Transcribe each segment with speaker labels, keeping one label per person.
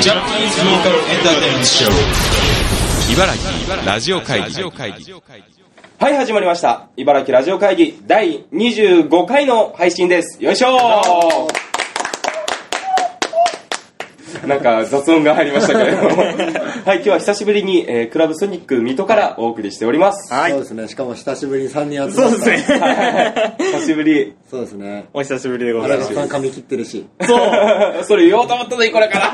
Speaker 1: ジャパニーズローカルエンターテインメントショー茨城ラジオ会議
Speaker 2: はい、始まりました。茨城ラジオ会議第25回の配信です。よいしょーなんか雑音が入りましたけれ ども。はい、今日は久しぶりに、えークラブソニック水戸からお送りしております。
Speaker 3: はい
Speaker 4: そうですね。しかも久しぶりに3人集まった。
Speaker 3: そうです。ね。
Speaker 2: 久しぶり。
Speaker 4: そうですね。
Speaker 3: お久しぶりでござ
Speaker 4: 原
Speaker 3: いま
Speaker 4: 田
Speaker 3: す。
Speaker 4: さん髪切ってるし。
Speaker 2: それ言おうと思ったのにこれから。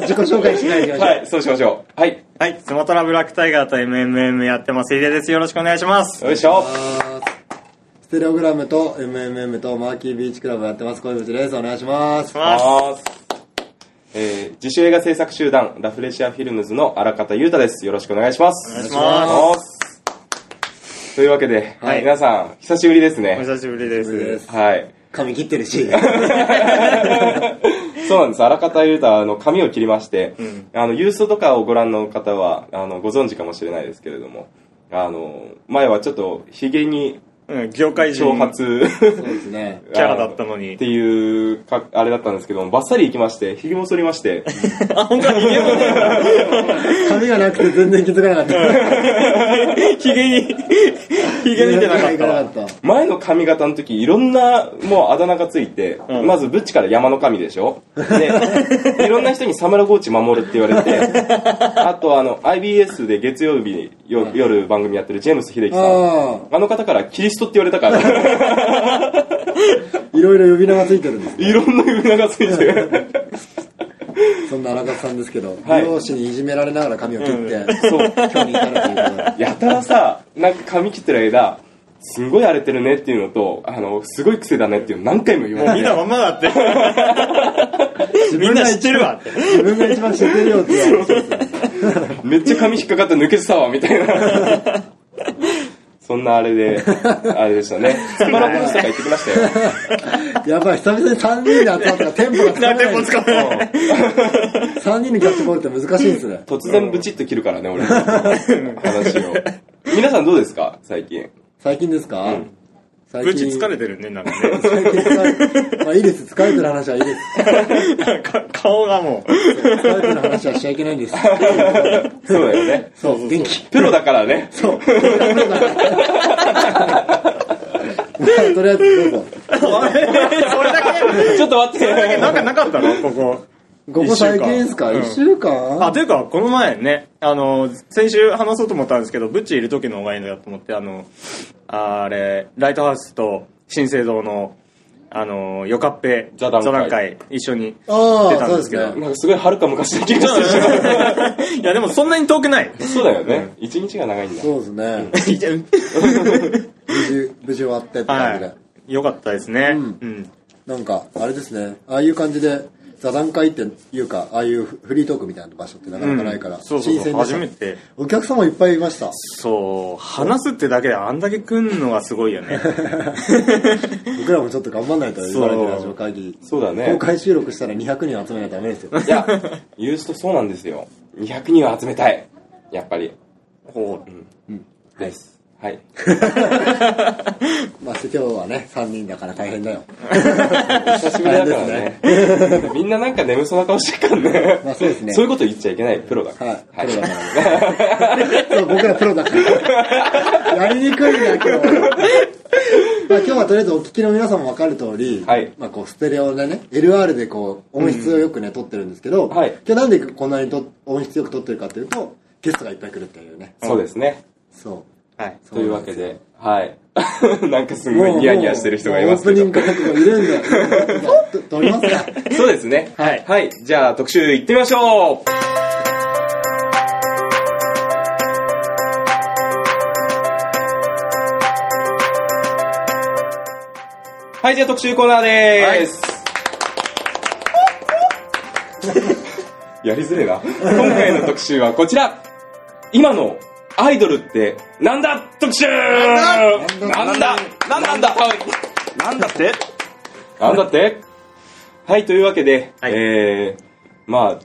Speaker 4: 自己紹介しないでいきましょう。
Speaker 2: はい、そうしましょう。はい、
Speaker 3: はい、スマトラブラックタイガーと MMM やってます。ヒデです。よろしくお願いします。
Speaker 2: よいしょ。
Speaker 4: あーステレオグラムと MMM とマーキービーチクラブやってます。小口です。お願いします。
Speaker 2: ます。えー自主映画制作集団ラフレシアフィルムズの荒方裕太です。よろしくお願いします。お
Speaker 3: 願いします
Speaker 2: す。というわけで、
Speaker 3: はい
Speaker 2: 皆さん、久しぶりです
Speaker 3: お
Speaker 2: ね。
Speaker 3: 久しぶりで。
Speaker 4: 小口ですす
Speaker 2: はい。
Speaker 4: 髪切ってるし。
Speaker 2: そうなんです。荒方裕太は、あの、髪を切りまして、あの、ユーストとかをご覧の方は、あの、ご存知かもしれないですけれども、あの、前はちょっと、髭に
Speaker 3: うん、業界人
Speaker 2: 挑
Speaker 3: キ
Speaker 2: 発、
Speaker 4: そうですね。
Speaker 3: ャラだった の
Speaker 2: っ
Speaker 3: に
Speaker 2: て。いうか、あれだったんですけども、バッサリ行きまして、髭も剃りまして、
Speaker 3: あ、本当に
Speaker 4: 髪がなくて全然気づかなかった。
Speaker 3: ヒゲに、ヒゲ見てなかったわ。
Speaker 4: た。
Speaker 2: 前の髪型の時いろんなもうあだ名がついて、
Speaker 3: うん
Speaker 2: まずブッチから山の神でしょでいろんな人にサムラゴーチ守るって言われてあとあの IBS で月曜日によ夜番組やってるジェームス秀樹さん
Speaker 4: あ
Speaker 2: あの方からキリストって言われたから
Speaker 4: あ、いろいろ呼び名がついてるんです。
Speaker 2: いろんな呼び名がついて
Speaker 4: そんな荒川さんですけど、
Speaker 2: はい
Speaker 4: 美容師にいじめられながら髪を切って、
Speaker 2: そう
Speaker 4: 今日に至るということで。
Speaker 2: やたらさなんか髪切ってる間すんごい荒れてるねっていうのとあのすごい癖だねっていうの何回も言わ
Speaker 3: 見
Speaker 2: れて
Speaker 3: たまんまだ って。
Speaker 4: 自
Speaker 3: み
Speaker 4: 分
Speaker 3: んな
Speaker 4: が
Speaker 3: 知ってるわって。
Speaker 4: 自分が一番知ってるよって言われてますよ
Speaker 2: めっちゃ髪引っかかって抜けてたわみたいなそんなあれであれでしたねスパラボの世界行ってきましたよ
Speaker 4: やばい、久々に3人で集まったからテンポがつか
Speaker 3: な
Speaker 4: なんい。
Speaker 3: でも使ってな
Speaker 4: 3人
Speaker 3: い。
Speaker 4: のキャッチボールって難しいんですね。
Speaker 2: 突然ブチッと切るからね俺話を皆さんどうですか最近
Speaker 4: 最近ですか、 最
Speaker 3: ブ
Speaker 4: 近。
Speaker 3: チ疲れてるね、なんか ね。
Speaker 4: 最近疲れまあいいです、疲れてる話はいいです。
Speaker 3: なんか顔がもう。
Speaker 4: 疲れてる話はしちゃいけないんです。
Speaker 2: そうだよね
Speaker 4: そう、元気。
Speaker 2: プロだからね
Speaker 4: そう。まあとりあえずどうぞ。
Speaker 3: あれそれだけ、
Speaker 2: ちょっと待っ
Speaker 3: それだけ
Speaker 2: て
Speaker 3: なんかなかったのここ。
Speaker 4: ここ最近ですか
Speaker 3: 一
Speaker 4: ?1
Speaker 3: 週
Speaker 4: 週間,、
Speaker 3: あ、というか、この前ね、あの、先週話そうと思ったんですけど、ブッチいる時の方がいいのだと思って、あの、あれ、ライトハウスと新生堂の、あの、よかっぺ
Speaker 2: 座談会
Speaker 3: 会一緒に
Speaker 4: あー
Speaker 3: 出たんですけど。
Speaker 4: そうです
Speaker 2: なんかすごいはるか昔の気がしてしま
Speaker 3: いや、でもそんなに遠くない。
Speaker 2: うそうだよね一日が長いんだ
Speaker 4: そうですね。無事、無事終わってって感じで。
Speaker 3: はい。よかったですね。うんん。
Speaker 4: なんか、あれですね。ああいう感じで、座談会っていうか、ああいうフリートークみたいな場所ってなかなかないから、
Speaker 3: そうそう
Speaker 4: 新
Speaker 3: そ
Speaker 4: 鮮で
Speaker 3: う。
Speaker 4: し
Speaker 3: 初
Speaker 4: た
Speaker 3: めて。
Speaker 4: お客様いっぱいいました。
Speaker 3: そう、話すってだけであんだけ来んのがすごいよね。
Speaker 4: 僕らもちょっと頑張んないと言われてるラジオ会議。
Speaker 2: そうだね
Speaker 4: 公開収録したら200人集めないとダメですよ。
Speaker 2: いやユースとそうなんですよ200人は集めたいやっぱり
Speaker 3: ほう。
Speaker 2: ですはい
Speaker 4: まあ、今日はね、3人だから大変だよ。
Speaker 2: 久しぶりだからね みんななんか眠そうな顔してるからね
Speaker 4: まあ、そうですね。
Speaker 2: そういうこと言っちゃいけないプロだから。
Speaker 4: はい。プロだから。そう、僕らプロだから。やりにくいんだけど。まあ、今日はとりあえずお聞きの皆さんも分かる通り、
Speaker 2: はい
Speaker 4: まあ、こう、ステレオでね、LR でこう、音質をよくね、撮ってるんですけど、
Speaker 2: はい
Speaker 4: 今日なんでこんなにと音質よく撮ってるかというと、ゲストがいっぱい来るっていうね。
Speaker 2: そうですね。
Speaker 4: そう。
Speaker 3: はい。
Speaker 4: そ
Speaker 2: というわけで、はい。 なんかす
Speaker 4: も
Speaker 2: ご
Speaker 4: う
Speaker 2: いニヤニヤしてる人がいますけ
Speaker 4: もうオ
Speaker 2: ど。
Speaker 4: ープニングから もういるんだよ。と撮りますか。
Speaker 2: そうですね。
Speaker 3: はい
Speaker 2: はい。じゃあ特集行ってみましょうはい、じゃあ特集コーナーでーす。やりづれえな。今回の特集はこちら。今のアイドルってなんだ特集なんだなんだなんだ
Speaker 3: なんだって
Speaker 2: なんだってはい、というわけで、
Speaker 3: はい
Speaker 2: えー、ま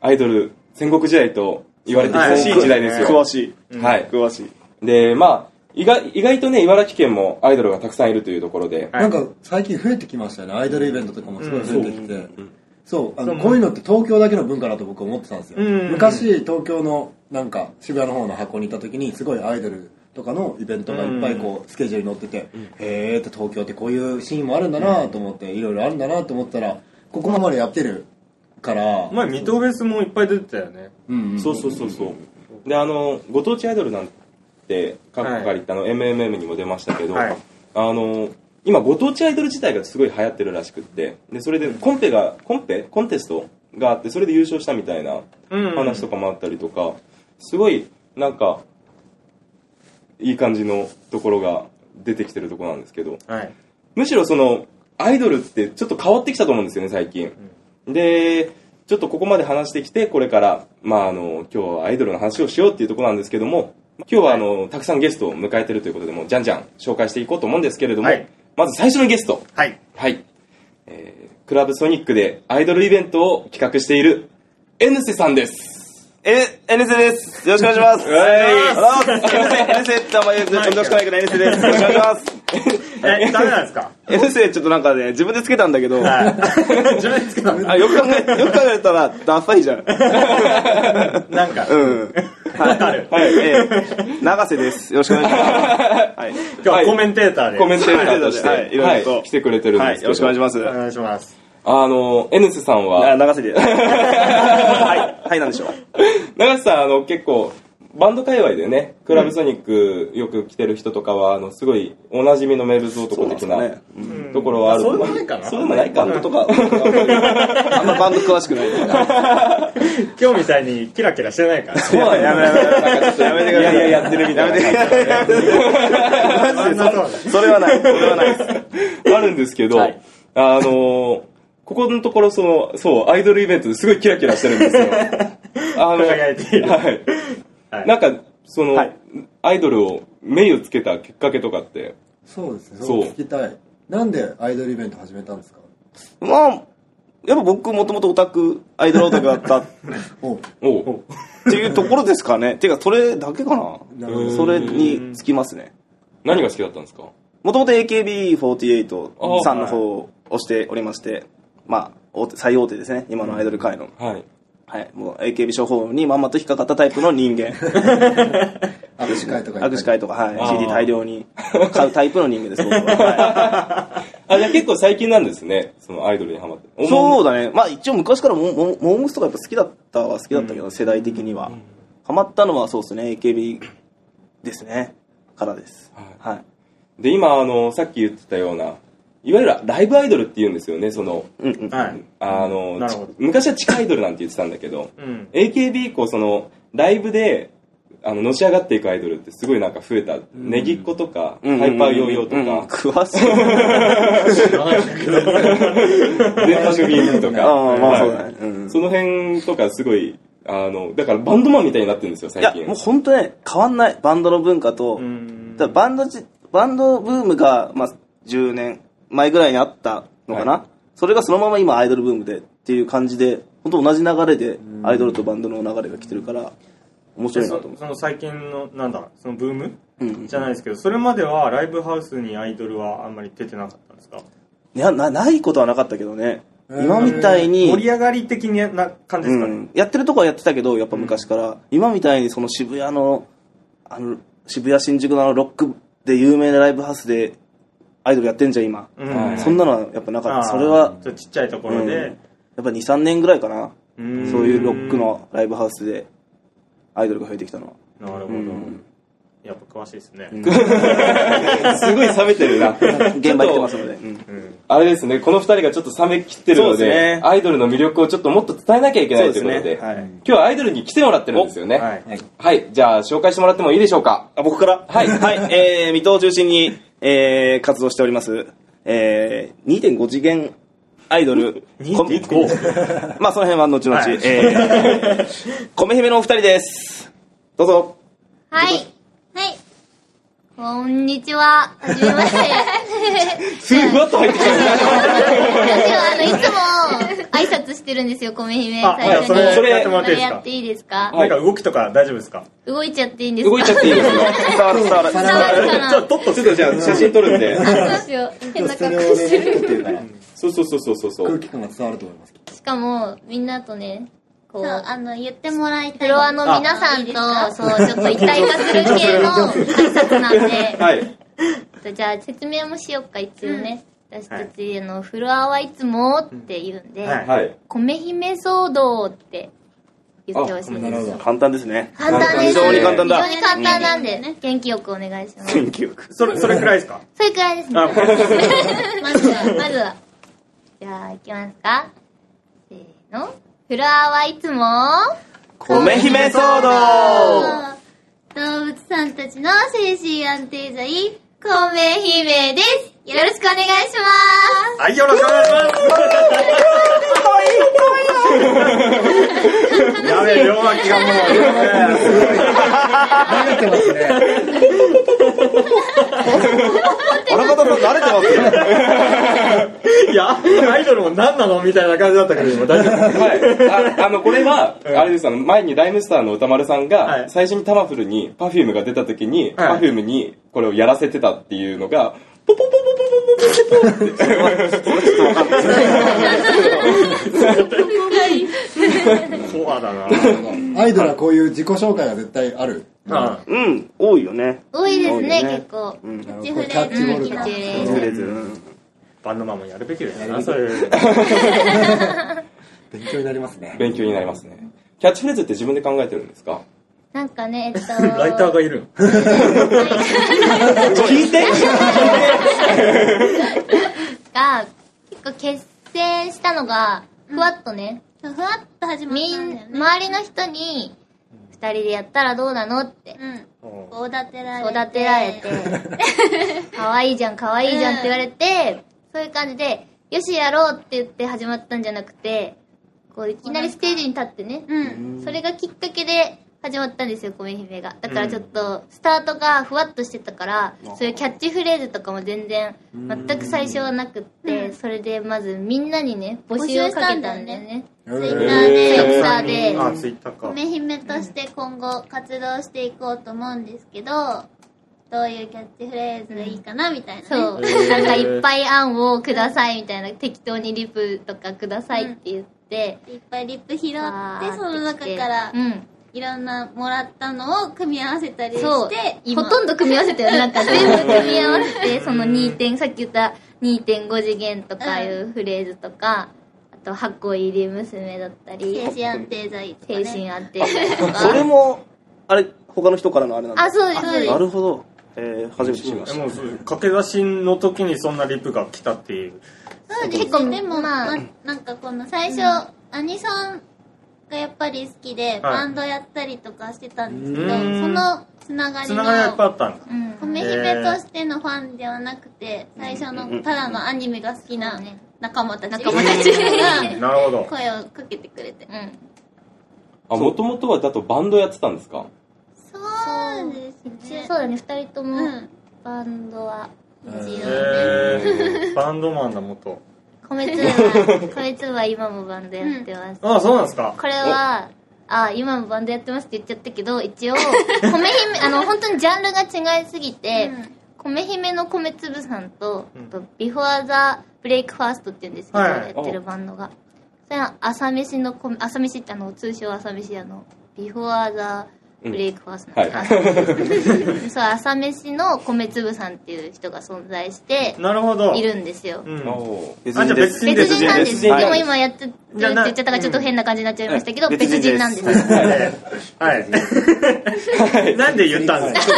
Speaker 2: あ、アイドル戦国時代と言われて久しい時代ですよ。
Speaker 5: 詳しい。
Speaker 2: はい
Speaker 5: 詳しい。
Speaker 2: で、まあ、意外意外とね、茨城県もアイドルがたくさんいるというところで、
Speaker 3: はい
Speaker 4: なんか最近増えてきましたよねアイドルイベントとかもすごい増えてきて、そうあのこういうのって東京だけの文化だと僕は思ってたんですよ、
Speaker 3: うんうんうん
Speaker 4: 昔東京のなんか渋谷の方の箱にいた時にすごいアイドルとかのイベントがいっぱいこうスケジュールに載ってて、へえって東京ってこういうシーンもあるんだなと思って、いろいろあるんだなと思ったらここまでやってるから
Speaker 3: 前ミトベスもいっぱい出てたよね
Speaker 4: うんうん
Speaker 2: そうそうそうそうであのご当地アイドルなんて各係ってあの MMM にも出ましたけど、
Speaker 3: はい
Speaker 2: あの今ご当地アイドル自体がすごい流行ってるらしくってでそれでコンペがコンペコンテストがあってそれで優勝したみたいな
Speaker 3: うんうん
Speaker 2: 話とかもあったりとかすごいなんかいい感じのところが出てきてるところなんですけど
Speaker 3: はい
Speaker 2: むしろそのアイドルってちょっと変わってきたと思うんですよね最近、でちょっとここまで話してきてこれからまああの今日はアイドルの話をしようっていうところなんですけども今日はあのたくさんゲストを迎えてるということでもうじゃんじゃん紹介していこうと思うんですけれども、
Speaker 3: はい
Speaker 2: まず最初のゲスト
Speaker 3: はい
Speaker 2: はい、えークラブソニックでアイドルイベントを企画している N 瀬さんです
Speaker 5: え、N セです。よろしく お願いします。
Speaker 2: うえい
Speaker 5: あら N セ、N セってあんまりよくないけど N セです。よろしくお願いします。
Speaker 3: えダメなんですか
Speaker 5: N セちょっとなんかね、自分でつけたんだけど、あ、
Speaker 3: はい自分でつけたんだ
Speaker 5: よく考え、よく考えたら、ダサ いじゃん。
Speaker 3: なんか
Speaker 5: うん。はい。はい。えー、長瀬です。よろしくお願いします。はい。
Speaker 3: 今日はコメンテーターで
Speaker 2: コメンテーターとして、
Speaker 5: はいいろいろと
Speaker 2: 来てくれてるん
Speaker 5: は
Speaker 2: ですけど、
Speaker 5: い。よろしくお願いします。
Speaker 3: お願いします
Speaker 2: あの N 瀬さんは
Speaker 5: あ、長 瀬です。はい。はい、なんでしょう。
Speaker 2: 長瀬さんあの結構バンド界隈でねクラブソニックよく来てる人とかは、あのすごいおなじみのメールズ男的な、
Speaker 5: そうです
Speaker 2: ところはある
Speaker 3: そうでもないかな
Speaker 2: そうでもないかな
Speaker 5: とか、あんまバンド詳しくないんで。
Speaker 3: 今日みたいにキラキラしてないから
Speaker 2: そうなんだ
Speaker 5: やめやめやめなんかちょっとやめてください。
Speaker 2: いやいややってるみたいな
Speaker 5: やめてやめて
Speaker 3: マジでそうだね
Speaker 5: それはない。それはないで す。
Speaker 2: あるんですけど、
Speaker 5: はい
Speaker 2: あのここのところそのそうアイドルイベントですごいキラキラしてるん ですよあ
Speaker 3: 輝いている
Speaker 2: はい
Speaker 3: はい
Speaker 2: なんかその、
Speaker 5: はい
Speaker 2: アイドルを名誉つけたきっかけとかって
Speaker 4: そうですね
Speaker 2: そう
Speaker 4: そう聞きたいなんでアイドルイベント始めたんですか
Speaker 5: まあ、やっぱ僕もともとオタク、アイドルオタクだったっ
Speaker 4: おう
Speaker 2: おう
Speaker 5: ていうところですかね。ていうか、それだけかな。
Speaker 4: なるほど
Speaker 5: それにつきますね。
Speaker 2: 何が好きだったんですか
Speaker 5: もともと AKB48 さん
Speaker 2: あ
Speaker 5: の方を押しておりまして、まあ、大手最大手ですね。今のアイドル界の。
Speaker 2: はい
Speaker 5: はい。もう AKB 処方にまんまと引っかかったタイプの 人間。
Speaker 4: 握手会とか行ったり
Speaker 5: 握手会とか、は
Speaker 2: あ
Speaker 5: い。
Speaker 2: ー
Speaker 5: CD 大量に買うタイプの人間です、僕は。はい
Speaker 2: あじゃあ結構最近なんですねそのアイドルにハマって
Speaker 5: そうだね。まあ一応昔からモモモームスとかやっぱ好きだったは好きだったけど、世代的には。ハマったのはそうですね、AKB ですね。からです。
Speaker 2: は
Speaker 5: はい。
Speaker 2: で今あのさっき言ってたようないわゆるライブアイドルって言うんですよねその
Speaker 5: うんうん。
Speaker 3: はい
Speaker 2: あの
Speaker 3: なるほど
Speaker 2: ち昔は地下アイドルなんて言ってたんだけど、
Speaker 3: うん
Speaker 2: AKB 以降そのライブであののし上がっていくアイドルってすごいなんか増えた、ネギっ子とか、ハイパーヨーヨ
Speaker 5: うんうん
Speaker 2: ーとか、
Speaker 5: 詳しい。
Speaker 3: 知らないんだけど
Speaker 2: 電波組ーとか、
Speaker 5: ああ、まあそうだ
Speaker 2: は
Speaker 5: ね。うん
Speaker 2: いその辺とかすごいあのだからバンドマンみたいになってるんですよ
Speaker 5: い
Speaker 2: 最
Speaker 5: や、
Speaker 2: 近
Speaker 5: もう本当ね、変わんない。バンドの文化と、
Speaker 3: ん
Speaker 5: ただバンドじ、バンドブームが、まあ、10年前ぐらいにあったのかな、
Speaker 2: は
Speaker 5: それがそのまま今アイドルブームでっていう感じで、本当同じ流れで、アイドルとバンドの流れが来てるから、面白いなと思
Speaker 3: そその最近のなんだそのブーム、
Speaker 5: うん
Speaker 3: じゃないですけどそれまではライブハウスにアイドルはあんまり出てなかったんですか
Speaker 5: う。いや、な、ないことはなかったけどね。
Speaker 4: うん
Speaker 5: 今みたいに、
Speaker 3: 盛り上がり的な感じですか
Speaker 5: う
Speaker 3: ね
Speaker 5: ん、やってるとこはやってたけどやっぱ昔から、今みたいにその渋谷のあの渋谷新宿のあのロックで有名なライブハウスでアイドルやってんじゃん今、
Speaker 3: うん、
Speaker 2: はい
Speaker 5: そんなのはやっぱなか
Speaker 3: あ
Speaker 5: っ
Speaker 3: ー
Speaker 5: たそれは、
Speaker 3: ちょっとちっちゃいところ
Speaker 5: うんや
Speaker 3: で
Speaker 5: っ、ぱ23年ぐらいかな
Speaker 3: う
Speaker 5: そうんいうロックのライブハウスでアイドルが増えてきたのは
Speaker 3: なるほど、
Speaker 5: ん
Speaker 3: やっぱ詳しいですね、
Speaker 2: すごい冷めてる な
Speaker 5: 現場来てますので、うん
Speaker 2: あれですね、この二人がちょっと冷めきってるの
Speaker 5: そう
Speaker 2: で、
Speaker 5: ですね
Speaker 2: アイドルの魅力をちょっともっと伝えなきゃいけないということ
Speaker 5: そうで
Speaker 2: で、
Speaker 5: すねはい
Speaker 2: 今日はアイドルに来てもらってるんですよね。
Speaker 3: は
Speaker 2: はいい、じゃあ紹介してもらってもいいでしょうか。
Speaker 5: あ僕から
Speaker 2: はい
Speaker 5: はい、えー、水戸を中心に、えー、活動しております、えー、2.5次元アイドル。
Speaker 3: 2.5
Speaker 5: 2.5? まあ、その辺は後々。
Speaker 3: はい
Speaker 5: えー、米姫のお二人です。どうぞ。
Speaker 6: はい。はい。こんにち は。はじめまして。
Speaker 2: すごいふわっと入ってきた。
Speaker 6: 私は、あの、いつも挨拶してるんですよ、米姫。
Speaker 3: あ
Speaker 6: 最初に。
Speaker 3: はい
Speaker 2: それそれ
Speaker 6: や
Speaker 2: やって
Speaker 3: もらっていいですか
Speaker 6: やっていいですか
Speaker 3: なんか動きとか大丈夫ですか
Speaker 6: 動いちゃっていいんですか
Speaker 2: 動いちゃっていいです よ。
Speaker 5: 伝わる伝わる。
Speaker 6: 伝わるかな
Speaker 2: ちょっとじゃあ写真撮るんで。
Speaker 6: どうしよう。変な格好してる。
Speaker 4: っていうから
Speaker 2: そうそうそうそうそうそ
Speaker 4: 空
Speaker 2: う。
Speaker 4: 気感が伝わると思います
Speaker 7: しかも、みんなとね、こ、
Speaker 6: そうう
Speaker 7: フ
Speaker 6: あの言ってもらいたい
Speaker 7: ロアの皆さんと、そう、ちょっと一体化する系の挨拶なんで、
Speaker 2: はい。
Speaker 7: じゃあ説明もしよっか一応ね、私たち、あのフロアはいつもって言うんで、
Speaker 3: はい
Speaker 2: はい。
Speaker 7: 米姫騒動って言ってほしい
Speaker 4: な
Speaker 7: で
Speaker 4: るほ
Speaker 7: す
Speaker 4: ど
Speaker 5: 簡単ですね。
Speaker 7: 簡単です
Speaker 5: 非常に簡単だ
Speaker 7: 非常に簡単なんで、元気よくお願いします
Speaker 5: 元気よく。
Speaker 3: それ、それくらいですか
Speaker 7: それくらいですね
Speaker 3: あわかりました
Speaker 7: まずはまずはじゃあいきますかせーのフロアはいつも
Speaker 5: 米姫騒動
Speaker 6: 動物さんたちの精神安定剤、米姫です。よろしくお願いしま
Speaker 3: はい、よろしくお願いします。やべえ、両脇がもう、
Speaker 4: 慣れてますね
Speaker 5: あらかたさん慣れてますよね。
Speaker 3: いや、アイドルも何なのみたいな感じだったけど、今大丈夫
Speaker 2: はい。ああの、これは、あれです、あの、前にライムスターの歌丸さん
Speaker 3: はい
Speaker 2: が、最初にタマフルに、パフュームが出た時に、
Speaker 3: はい
Speaker 2: パフュームにこれをやらせてたっていうのが、ポポポポポポポポポポって。
Speaker 3: コアだな。
Speaker 4: アイドルはこういう自己紹介が絶対ある
Speaker 3: あ
Speaker 5: うん、多いよね。
Speaker 7: 多いで
Speaker 5: 多
Speaker 7: すね
Speaker 5: いね
Speaker 7: 結構、
Speaker 5: うん
Speaker 7: キャ
Speaker 4: な
Speaker 7: ッ
Speaker 4: る
Speaker 7: チ
Speaker 4: ほ
Speaker 7: フ
Speaker 4: ど
Speaker 7: レ
Speaker 4: キャ
Speaker 7: ー
Speaker 4: ッチ
Speaker 7: ズ
Speaker 4: ボール
Speaker 7: キャ
Speaker 4: か
Speaker 7: ッチ
Speaker 5: と
Speaker 7: フレーズ
Speaker 5: りあえずうん
Speaker 3: バンドマンもやるべきです
Speaker 4: やる
Speaker 3: な、
Speaker 4: べき
Speaker 3: そういう。
Speaker 4: 勉強になりますね
Speaker 2: 勉強になりますね。キャッチフレーズって自分で考えてるんですか
Speaker 7: なんかねえっと
Speaker 3: ライターがいるの。
Speaker 5: 聞いて
Speaker 7: が結構結成したのがふわっとね、
Speaker 6: す。ふわっと始まっ
Speaker 7: み
Speaker 6: たん
Speaker 7: ん
Speaker 6: だよね。
Speaker 7: 周りの人に2人でやったらどうなのって
Speaker 6: うん。
Speaker 3: うん
Speaker 6: おだてられて。
Speaker 7: 育てられ て。「可愛いじゃん可愛いじゃん」って言われてそういう感じで「よしやろう」って言って始まったんじゃなくてこういきなりステージに立ってね
Speaker 6: うん。
Speaker 7: それがきっかけで始まったんですよ米姫がだからちょっとスタートがふわっとしてたからそういうキャッチフレーズとかも全然全く最初はなくってそれでまずみんなにね募集をかけたんだよね
Speaker 4: ツイ
Speaker 6: ツイッターで、
Speaker 7: ツイッターで
Speaker 3: あ、ツイッターか。
Speaker 6: 梅姫として今後活動していこうと思うんですけど、どういうキャッチフレーズがいいかなみたいな、ね。
Speaker 7: そう、
Speaker 3: へー
Speaker 7: なんかいっぱい案をくださいみたいな適当にリプとかくださいって言って、
Speaker 6: いっぱいリップ拾って、
Speaker 7: わーってきて
Speaker 6: その中から
Speaker 7: う、ん、
Speaker 6: いろんなもらったのを組み合わせたりして、
Speaker 7: そうほとんど組み合わせたよねなんか 全部組み合わせてその2点さっき言った2.5次元とかいうフレーズとかあと箱入り娘だったり
Speaker 6: 精神安定剤とか、
Speaker 7: 精
Speaker 6: ね。
Speaker 7: 神安定剤と
Speaker 5: それ
Speaker 7: か
Speaker 5: も、あれ、他の人からのあれなんだ
Speaker 7: あそうですそうです
Speaker 5: なるほど。えー、初めて知りま
Speaker 3: え
Speaker 5: し
Speaker 3: もうそう駆け出しの時にそんなリプが来たっていう
Speaker 6: そうです
Speaker 7: 結構
Speaker 6: でも、
Speaker 7: ま
Speaker 6: ま
Speaker 7: あ
Speaker 6: なんかこの最初、アニソンがやっぱり好きで、バンドやったりとかしてたんですけど、
Speaker 3: うん
Speaker 6: そのつながり
Speaker 3: つながりがいっぱいあ
Speaker 6: の、
Speaker 3: ったんだ
Speaker 7: うん
Speaker 6: 米姫としてのファンではなくて、最初のただのアニメが好きな仲間たち
Speaker 7: 仲間たち
Speaker 6: が
Speaker 3: なるほど
Speaker 6: 声をかけてくれて。
Speaker 7: うん
Speaker 2: あ、もともとはだとバンドやってたんですか
Speaker 6: そうですね。
Speaker 7: そうだね2人と
Speaker 6: う
Speaker 7: も
Speaker 6: ん。
Speaker 7: バンドは
Speaker 6: 一応ね。
Speaker 3: へえバンドマンだ元
Speaker 7: 米粒は米粒は今もバンドやってます
Speaker 3: あそうなんですか
Speaker 7: これは、あ、今もバンドやってますって言っちゃったけど、一 応、米姫、あの、本当にジャンルが違いすぎて、
Speaker 6: うん
Speaker 7: 米姫の米粒さんと、
Speaker 3: うん
Speaker 7: あとビフォーザブレイクファーストって言うんですけど、
Speaker 3: はい
Speaker 7: やってるバンドが。それは朝飯の米、朝飯ってあの、通称朝飯あの、ビフォーザブレイクファーストなんです、朝そう、朝飯の米粒さんっていう人が存在して、
Speaker 3: なるほど
Speaker 7: いるんですよ。
Speaker 3: うん
Speaker 2: あ お
Speaker 5: た。
Speaker 3: あじゃあ別人
Speaker 7: 別
Speaker 3: です
Speaker 7: 人なんです。
Speaker 5: 別
Speaker 7: で
Speaker 5: 人
Speaker 7: も
Speaker 5: です
Speaker 7: 今やってるって言っちゃったからちょっと変な感じになっちゃいましたけど、
Speaker 5: うん
Speaker 7: 別人なんです。
Speaker 5: 別人です
Speaker 3: はいなんで言ったんです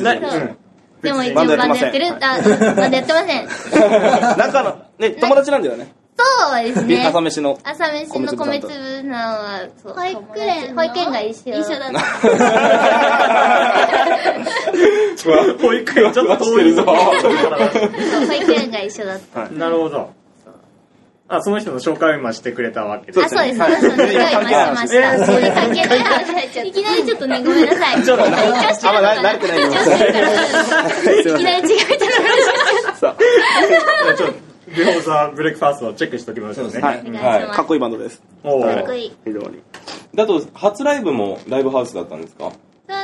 Speaker 3: かなうん
Speaker 7: でも一応
Speaker 5: バ
Speaker 7: バ
Speaker 5: ンド
Speaker 7: ンド
Speaker 5: や
Speaker 7: や
Speaker 5: ってません
Speaker 7: ってるあ、バンドやってません。
Speaker 5: 仲の、ね、友達なんだよね。
Speaker 7: そうですね。
Speaker 5: 朝飯の。
Speaker 7: 朝飯の米粒さんは、そう
Speaker 6: 保育園の
Speaker 7: 保育園が一緒。
Speaker 6: 一緒だった。
Speaker 3: 保育園ちょっと遠いぞ
Speaker 7: そう保育園が一緒だった。
Speaker 3: なるほどあその人の紹介を今してくれたわけで
Speaker 7: あ、そうです。そうです。今日今しました。そう いう関係ない話になっちゃった。いきなりちょっとね、ごめんなさい。
Speaker 5: ちょっとな、あんま
Speaker 7: 緊張してるのか
Speaker 5: 慣
Speaker 7: な
Speaker 5: れてないよ。
Speaker 7: いきなり違う人の話
Speaker 3: ちょっとビフォーザブレイクファーストをチェックしておきましょうね
Speaker 5: は
Speaker 7: お
Speaker 5: い。
Speaker 7: 願いします。
Speaker 5: かっこいいバンドです。
Speaker 3: おお
Speaker 6: かっこいい。
Speaker 5: 非常に。
Speaker 2: だと、初ライブもライブハウスだったんですか
Speaker 6: そ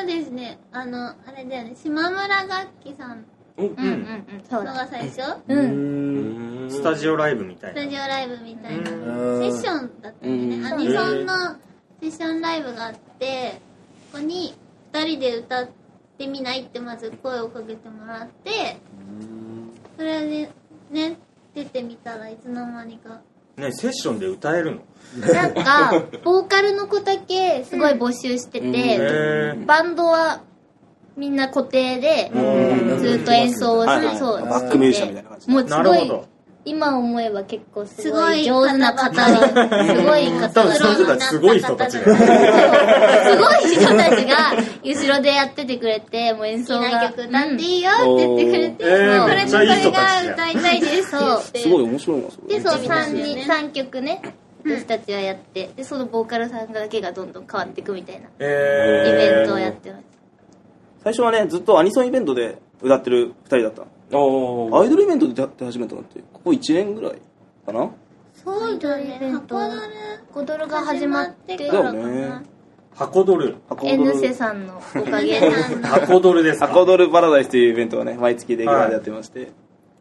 Speaker 6: うですね。あの、あれだよね。島村楽器さん
Speaker 2: うん
Speaker 7: うんうんうんそう
Speaker 6: の
Speaker 7: だ
Speaker 6: が最初ス
Speaker 7: うん
Speaker 2: うん
Speaker 3: スタジオライブみたいな
Speaker 6: タジオライブみたいなセ
Speaker 3: うん
Speaker 6: ッションだったんで
Speaker 5: うん
Speaker 6: ねアニソンのセッションライブがあってここに2人で歌ってみないってまず声をかけてもらってそれでね出てみたらいつの間にか
Speaker 3: ねセッションで歌えるの
Speaker 7: なん かボーカルの子だけすごい募集してて、
Speaker 3: へ
Speaker 7: バンドはみんな固定で
Speaker 3: うん
Speaker 7: ずっと演奏を
Speaker 5: はい
Speaker 7: し
Speaker 5: はい
Speaker 7: そう
Speaker 5: バックミュージシャンみたいな感じで
Speaker 7: もうす
Speaker 3: なる
Speaker 7: ご
Speaker 3: ほ
Speaker 7: い
Speaker 3: ど
Speaker 7: 今思えば結構す
Speaker 6: す
Speaker 7: ご
Speaker 6: ご
Speaker 7: い
Speaker 6: い
Speaker 7: 上手な方が すごい
Speaker 3: 多
Speaker 7: 方
Speaker 3: 分
Speaker 7: が
Speaker 3: その人たちすごい人たち
Speaker 6: プロ
Speaker 3: が
Speaker 7: すごい人たちが後ろでやっててくれてもう演奏
Speaker 6: 好きな
Speaker 7: が
Speaker 6: 曲歌っていいよって言ってくれて、
Speaker 3: うんえー
Speaker 6: こ
Speaker 3: め
Speaker 6: れ
Speaker 3: っ
Speaker 6: と
Speaker 3: ち
Speaker 6: こ
Speaker 3: ゃい
Speaker 6: れ
Speaker 3: い人たち
Speaker 6: が
Speaker 3: や
Speaker 6: 歌いたいですって言って
Speaker 5: すごい面白いもんそれ
Speaker 7: でそう
Speaker 6: めっちゃ見たんだよ
Speaker 7: 3,
Speaker 6: ね
Speaker 7: 3曲ね私たちはやってでそのボーカルさんだけがどんどん変わっていくみたいなイベ
Speaker 3: え
Speaker 7: ントをやってます
Speaker 5: 最初はねずっとアニソンイベントで歌ってる2人だった
Speaker 2: お
Speaker 5: ア
Speaker 2: ー
Speaker 5: イドルイベントで出会って始めたのってここ1年ぐらいかな
Speaker 6: そうだ
Speaker 7: アイドルイ
Speaker 6: ね
Speaker 7: ベント
Speaker 6: 箱ドル
Speaker 7: コドルが始まって
Speaker 6: 始
Speaker 5: だ
Speaker 6: ま
Speaker 5: よ
Speaker 6: って
Speaker 5: ね
Speaker 3: 箱ドル
Speaker 5: 箱踊
Speaker 7: N 瀬
Speaker 5: る
Speaker 7: さんのおかげで
Speaker 6: ゲさんの
Speaker 3: 箱ドル ですか
Speaker 5: 箱踊るパラダイスというイベントがね毎月レギュラーでやってまして、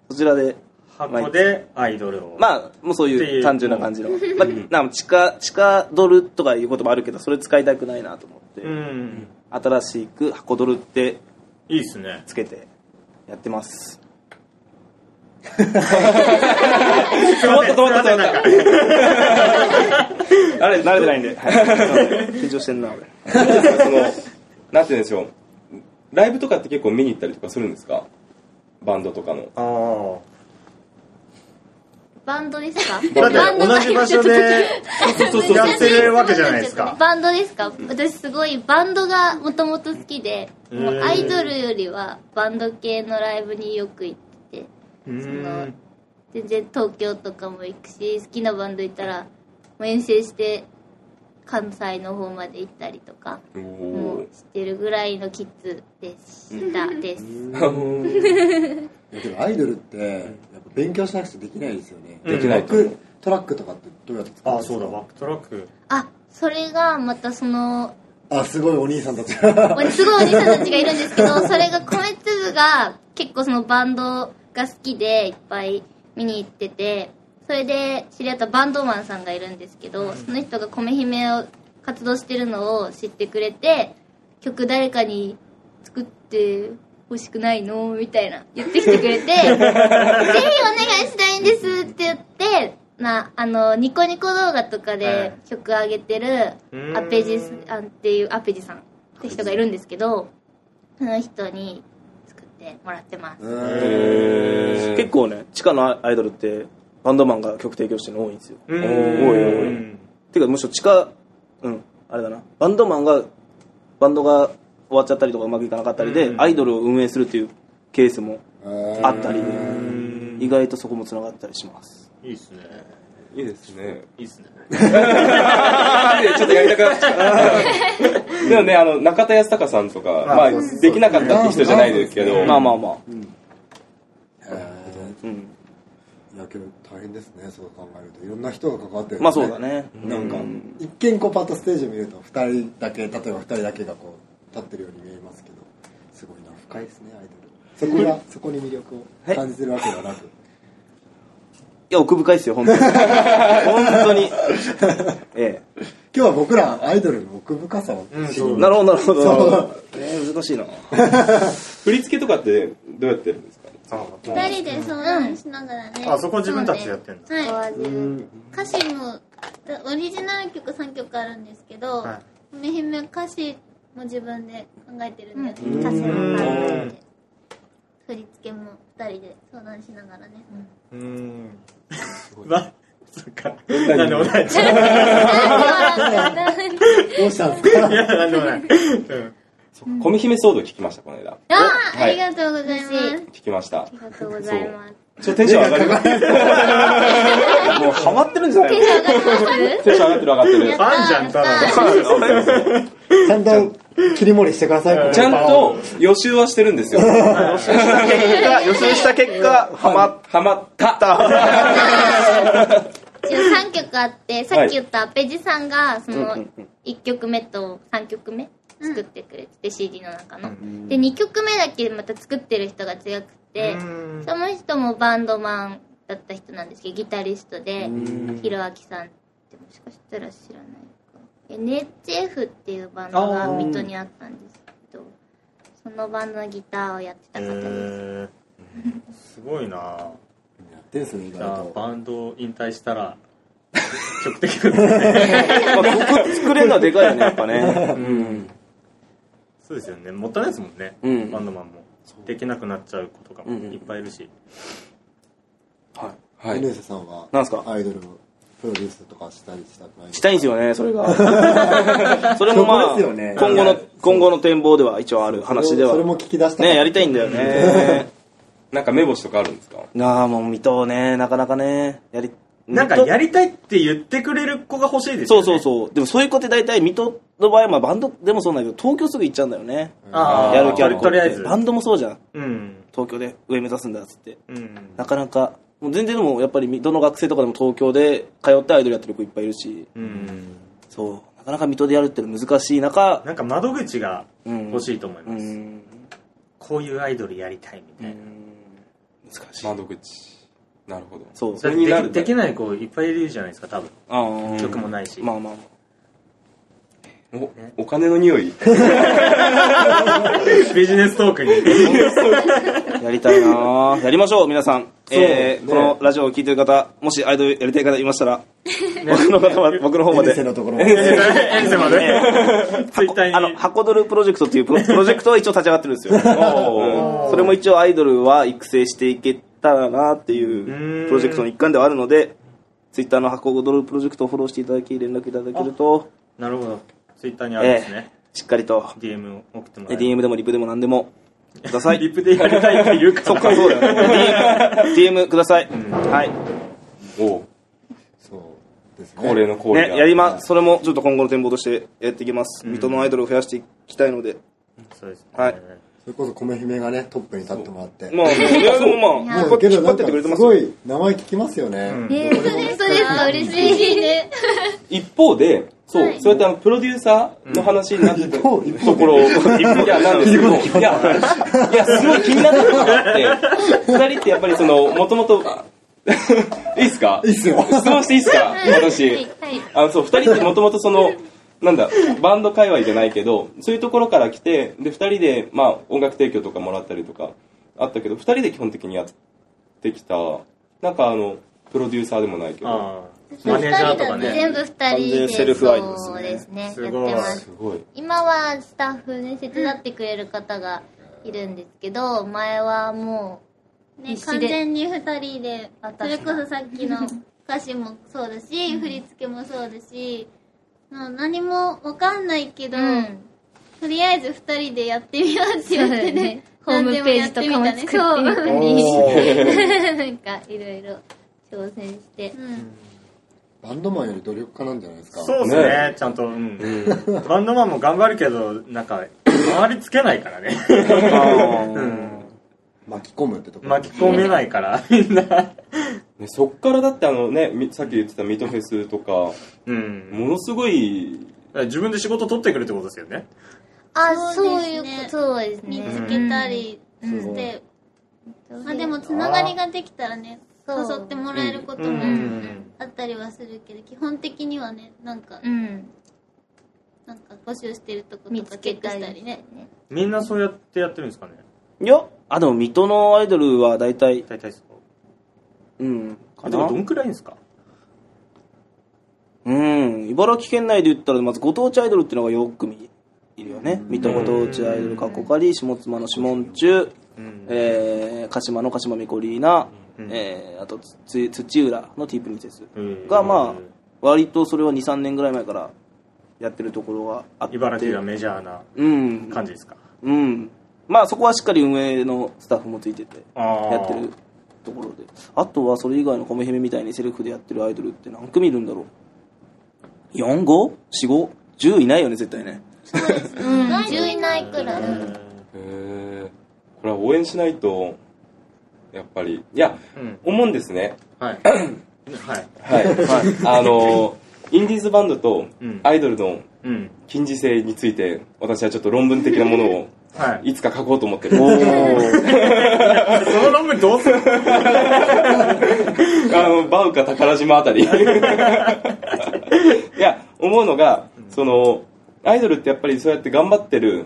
Speaker 5: そちらで
Speaker 3: 箱でアイドルを
Speaker 5: まあもうそう
Speaker 3: ってい
Speaker 5: いうう単純な感じの、まあ、なんか地下地下ドルとかいうこともあるけどそれ使いたくないなと思って、
Speaker 3: うん
Speaker 5: 新しく箱ドルって
Speaker 3: いいっすね
Speaker 5: つけてやってます
Speaker 3: 止まった止まった止まった
Speaker 5: あれ慣れてないんで、はい 緊張してんな俺
Speaker 2: その、なんて言うんでしょう。ライブとかって結構見に行ったりとかするんですかバンドとかの。
Speaker 3: あー
Speaker 7: バンドですか
Speaker 3: だ
Speaker 7: バン
Speaker 3: って
Speaker 7: ド
Speaker 3: 同じ場所でやってるわけじゃないですか
Speaker 7: バンドですか私すごいバンドがもともと好きでも
Speaker 3: へ
Speaker 7: う
Speaker 3: ー
Speaker 7: アイドルよりはバンド系のライブによく行ってて
Speaker 3: うん
Speaker 7: 全然東京とかも行くし好きなバンドいたらもう遠征して関西の方まで行ったりとか
Speaker 2: お
Speaker 7: もう
Speaker 2: ー
Speaker 7: してるぐらいのキッズでしたです
Speaker 4: いやけどアイドルってやっぱ勉強しなくちゃできないですよね、
Speaker 3: うんで
Speaker 2: きない
Speaker 4: バックトラックとかってどうやって作るん
Speaker 3: あ
Speaker 4: ですか
Speaker 3: そうだバックトラック
Speaker 7: あそれがまたその
Speaker 4: あすごいお兄さんたちが
Speaker 7: すごいお兄さんたちがいるんですけどそれが米粒が結構そのバンドが好きでいっぱい見に行っててそれで知り合ったバンドマンさんがいるんですけどその人が米姫を活動してるのを知ってくれて曲誰かに作って欲しくないのみたいな言ってきて くれてぜひお願いしたいんですって言ってなあのニコニコ動画とか
Speaker 3: は
Speaker 7: で
Speaker 3: い
Speaker 7: 曲上げてる
Speaker 3: うん
Speaker 7: アペジスあんっていうアペジさんって人がいるんですけどその人に作ってもらってま
Speaker 4: う
Speaker 7: す、
Speaker 3: へ
Speaker 4: ん
Speaker 2: え
Speaker 5: 結構ね地下のアイドルってバンドマンが曲提供してるの多いんですよ
Speaker 3: うん
Speaker 5: 多い多いていうかむしろ地下うんあれだなバンドマンがバンドが終わっちゃったりとかうまくいかなかったりで、
Speaker 3: うん
Speaker 5: アイドルを運営するっていうケースもあったり
Speaker 3: ん
Speaker 5: 意外とそこもつながったりします
Speaker 3: いいっすね
Speaker 2: いいですね。
Speaker 3: いいっすね
Speaker 2: ちょっとやりたくなっちゃ う。でもね、あの、中田康隆さんとか、まあ、できなかったって人じゃないですけど、
Speaker 5: まあまあまあ
Speaker 4: え
Speaker 5: うん
Speaker 4: ーいやけど大変ですねそう考えるといろんな人が関わってるんですね
Speaker 5: まあそうだね
Speaker 4: なんか一見こうパッとステージ見ると2人だけ例えば2人だけがこう立ってるように見えますけどすごいな深いですねアイドルそこがそこに魅力を感じてるわけではなく
Speaker 5: いや奥深いですよ本当 に本当にえ
Speaker 4: 今日は僕らアイドルの奥深さを知
Speaker 5: え
Speaker 4: り
Speaker 5: なるほどなるほどなるほ
Speaker 4: そ
Speaker 5: どえー難しいな
Speaker 2: 振り付けとかってどうやってるんですか
Speaker 6: 2人で相談しながらね、
Speaker 3: あそこ自分たちでやってんだ
Speaker 6: はい歌詞もオリジナル曲3曲あるんですけど
Speaker 3: はい
Speaker 6: 「梅姫」歌詞も自分で考えてるんで
Speaker 7: うん
Speaker 6: 歌詞も考
Speaker 3: う
Speaker 6: え
Speaker 3: ん
Speaker 6: て振り付けも2人で相談しながらね
Speaker 3: うーん。な、 そっか。なんでもない。い
Speaker 4: どうしたんですか
Speaker 3: や、なんでも ない。うん。
Speaker 2: コミ姫騒動聞きました、この間。
Speaker 6: あ
Speaker 2: は
Speaker 6: あ
Speaker 2: い
Speaker 6: りがとうございます
Speaker 7: 嬉し
Speaker 2: 聞きました。
Speaker 7: ありがとうございます
Speaker 2: ちょっとテンション上がり ます。
Speaker 5: もうハマってるんじゃないの
Speaker 7: わかります
Speaker 2: テンション上がってる上がって
Speaker 3: ファンじゃん、ただの。
Speaker 4: ちゃんと切り盛りしてください
Speaker 2: る。ちゃんと予習はしてるんです よ。
Speaker 5: 結果予想した結果ハマっ
Speaker 2: ハマった。
Speaker 5: た
Speaker 7: じゃあ3曲あってさっき言ったアペジさんがその1曲目と3曲目作ってくれてて CD の中ので2曲目だけまた作ってる人が違くって
Speaker 3: うん
Speaker 7: その人もバンドマンだった人なんですけどギタリストでひろあきさんってもしかしたら知らないか NHF っていうバンドが水戸にあったんですけどそのバンドのギターをやってた方です
Speaker 3: へーすごいな
Speaker 4: やってんすね意
Speaker 3: じゃあ
Speaker 4: 外と
Speaker 3: バンド引退したら曲的なんですね
Speaker 5: まあ、曲作れるのはでかいよね、やっ ぱね。
Speaker 3: そうですよねもったいないですもんね、
Speaker 5: うん
Speaker 3: バンドマンもできなくなっちゃう子とかも
Speaker 5: うんうん
Speaker 3: いっぱいいるし、
Speaker 5: は
Speaker 2: は
Speaker 4: エヌ
Speaker 2: い。
Speaker 4: セさんは
Speaker 5: なんすか
Speaker 4: アイドルのプロデュースとかしたりしたくない
Speaker 5: い。したいんですよね、それが。 それもま
Speaker 4: そこ
Speaker 5: あ、
Speaker 4: ですよね
Speaker 5: 今後
Speaker 4: いや
Speaker 5: の、今後の展望では一応ある話では。
Speaker 4: それも聞き出した
Speaker 5: ね、やりたいんだよね。
Speaker 2: なんか目星とかあるんですか
Speaker 5: なあ、もう水戸ね、なかなかね、やり、
Speaker 3: なんか
Speaker 5: 水戸
Speaker 3: やりたいって言ってくれる子が欲しいです
Speaker 5: そ
Speaker 3: よ
Speaker 5: う
Speaker 3: ね
Speaker 5: そうそう。でもそういう子って大体、水戸の場合は、まあバンドでもそうなんだけど、東京すぐ行っちゃうんだよね。
Speaker 3: あー
Speaker 5: やる気ある子
Speaker 3: と
Speaker 5: っ
Speaker 3: りあえ
Speaker 5: て。
Speaker 3: ず
Speaker 5: バンドもそうじゃん。
Speaker 3: うん
Speaker 5: 東京で上目指すんだっつって。
Speaker 3: うん
Speaker 5: なかなか、もう全然でもやっぱり水戸の学生とかでも東京で通ってアイドルやってる子いっぱいいるし、
Speaker 3: うん
Speaker 5: そう、なかなか水戸でやるってのは難しい中、
Speaker 3: なんか窓口が欲しいと思いうます、
Speaker 5: ん、
Speaker 3: こういうアイドルやりたいみたいな、
Speaker 5: 難しい。
Speaker 2: 窓口。なるほど。
Speaker 5: そう。
Speaker 3: それ
Speaker 2: 気になる
Speaker 3: できできない子いっぱいいるじゃないですか多分、
Speaker 5: あー
Speaker 3: 曲もないし、
Speaker 5: まあまあま
Speaker 2: お、お金の匂い。
Speaker 3: ビジネストーク に
Speaker 5: あ、やりたいなあやりましょう、皆さん。えー
Speaker 4: ね
Speaker 5: このラジオを聞いてる方、もしアイドルやりたい方いまし たら、僕の方まで僕の方ま
Speaker 4: エヌ
Speaker 5: で
Speaker 4: セ。のところ
Speaker 3: エンセまでツイッタ
Speaker 5: あ
Speaker 3: ー
Speaker 5: の、
Speaker 3: に
Speaker 5: 箱ドルプロジェクトってい うプロプロジェクトは一応立ち上がってるんですよ。
Speaker 2: おー
Speaker 5: それも一応アイドルは育成していけたらなって
Speaker 3: う
Speaker 5: い
Speaker 3: ん
Speaker 5: うプロジェクトの一環ではあるので、ツイッターの箱ドルプロジェクトをフォローしていただき、連絡いただけると、
Speaker 3: なるほどツイッターにあるん
Speaker 5: え
Speaker 3: ですね、
Speaker 5: ーしっかりと、
Speaker 3: DM を送ってもら
Speaker 5: え
Speaker 3: え
Speaker 5: ー DM でもリプでも何でもください。
Speaker 3: リプでやりたいって言うから
Speaker 5: そっか、そうだよね。DM、DM ください。はい。
Speaker 2: お
Speaker 4: そうですね
Speaker 2: 恒例の恒例
Speaker 5: ね、
Speaker 2: だ
Speaker 5: やります。それもちょっと今後の展望としてやっていきます。水戸のアイドルを増やしていきたいので。
Speaker 3: そうですね、
Speaker 5: はい
Speaker 4: それこそ米姫がねトップに立ってもらっ て
Speaker 5: まあ、それはでもまあ、引っ張って引っ張ってってくれてますすよ
Speaker 4: ごい名前聞きますよね、
Speaker 3: ん
Speaker 7: えー、本当ですか嬉しいね
Speaker 2: 一方で、そう、
Speaker 7: はい
Speaker 2: そうやってあの、プロデューサーの話になってたと
Speaker 4: 方一方
Speaker 2: ころを、いや、なんですけど、いや、いや、すごい気になったことがあ って、二人ってやっぱりその、もともと、 いいっすか
Speaker 4: いいっすよ
Speaker 2: 質問していいっすか私。
Speaker 7: はいはい
Speaker 2: あの、そう、二人ってもともとその、なんだ、バンド界隈じゃないけど、そういうところから来て、で、二人で、まあ、音楽提供とかもらったりとか、あったけど、二人で基本的にやってきた、なんかあの、プロデューサーでもないけど、
Speaker 3: ああマ
Speaker 7: 二
Speaker 3: ネージャーとか
Speaker 7: 人だと
Speaker 3: ね
Speaker 7: 全部二人
Speaker 5: 完全
Speaker 7: で
Speaker 5: セルフアイドルですね
Speaker 7: そうですね
Speaker 3: す
Speaker 7: やって
Speaker 3: ごい
Speaker 7: ます
Speaker 2: すごい。
Speaker 7: 今はスタッフに手伝ってくれる方がいるんですけど前はも
Speaker 6: ね
Speaker 7: 必死
Speaker 6: 完
Speaker 7: で
Speaker 6: 全に2人で
Speaker 7: あ
Speaker 6: それ
Speaker 7: 確
Speaker 6: こ
Speaker 7: かに
Speaker 6: そさっ きの歌詞もそうだし、振り付けもそうだしな何もわかんないけ
Speaker 7: う、
Speaker 6: ど、とりあえず2人でやってみようって言ってね
Speaker 7: ホームページとかも作ってみたり、 なんかいろいろ挑戦して
Speaker 6: う、ん
Speaker 4: バンドマンより努力家なんじゃないですか
Speaker 3: そうですねちゃんと、うんバンドマンも頑張るけどなんか回りつけないからね うん
Speaker 4: 巻き込むってところ
Speaker 3: 巻き込めないからみん な
Speaker 2: ね、そっからだってあのね、みさっき言ってたミートフェスとか、
Speaker 3: うん
Speaker 2: ものすごい、
Speaker 3: 自分で仕事取ってくるってことですよね
Speaker 7: あ
Speaker 6: そ
Speaker 7: そううい
Speaker 6: です
Speaker 7: うこ
Speaker 6: ね
Speaker 7: とそうですね
Speaker 6: 見つけたり
Speaker 4: ん
Speaker 6: して、
Speaker 7: うん
Speaker 6: まあ、でもつながりができたらね
Speaker 7: そう
Speaker 6: 誘ってもらえること
Speaker 3: う
Speaker 6: も
Speaker 3: ん
Speaker 6: あったりはするけど基本的にはねなんか、
Speaker 7: うん
Speaker 6: なんか募集してるとことかチェックしたりね
Speaker 3: みんなそうやってやってるんですかね
Speaker 5: いや、あ、でも水戸のアイドルは大体、
Speaker 3: 大体そう
Speaker 5: うん、か
Speaker 3: あで
Speaker 5: な
Speaker 3: もどんくらいですか
Speaker 5: うん、茨城県内で言ったら、まずご当地アイドルっていうのがよく見いるよね。水戸ご当地アイドル、かっこかり、下妻の下んちゅう、えー鹿島の鹿島みこりーな、
Speaker 3: うん
Speaker 5: えーあとつ土浦のティープリンセス
Speaker 3: うん
Speaker 5: が、まあ、割とそれは2、3年ぐらい前からやってるところはあって。
Speaker 3: 茨城がメジャーな
Speaker 5: うん、
Speaker 3: 感じですか
Speaker 5: うん。まあそこはしっかり運営のスタッフもついてて、
Speaker 3: あー
Speaker 5: やってるところで。あとはそれ以外の米姫みたいにセルフでやってるアイドルって何組いるんだろう ?4?5?4?5?10 いないよね、絶対ね。
Speaker 7: うん10位内くらい
Speaker 2: へーこれは応援しないと、やっぱり、いや、
Speaker 3: うん
Speaker 2: 思うんですね。
Speaker 3: はい はい
Speaker 2: はい。 はい、あの、インディーズバンドと
Speaker 3: うん
Speaker 2: アイドルの
Speaker 3: うん
Speaker 2: 近似性について、私はちょっと論文的なものを
Speaker 3: はい
Speaker 2: つか書こうと思ってる。
Speaker 3: その論文どうする
Speaker 2: あの、バウか宝島あたり。いや、思うのが、その、アイドルってやっぱりそうやって頑張ってる、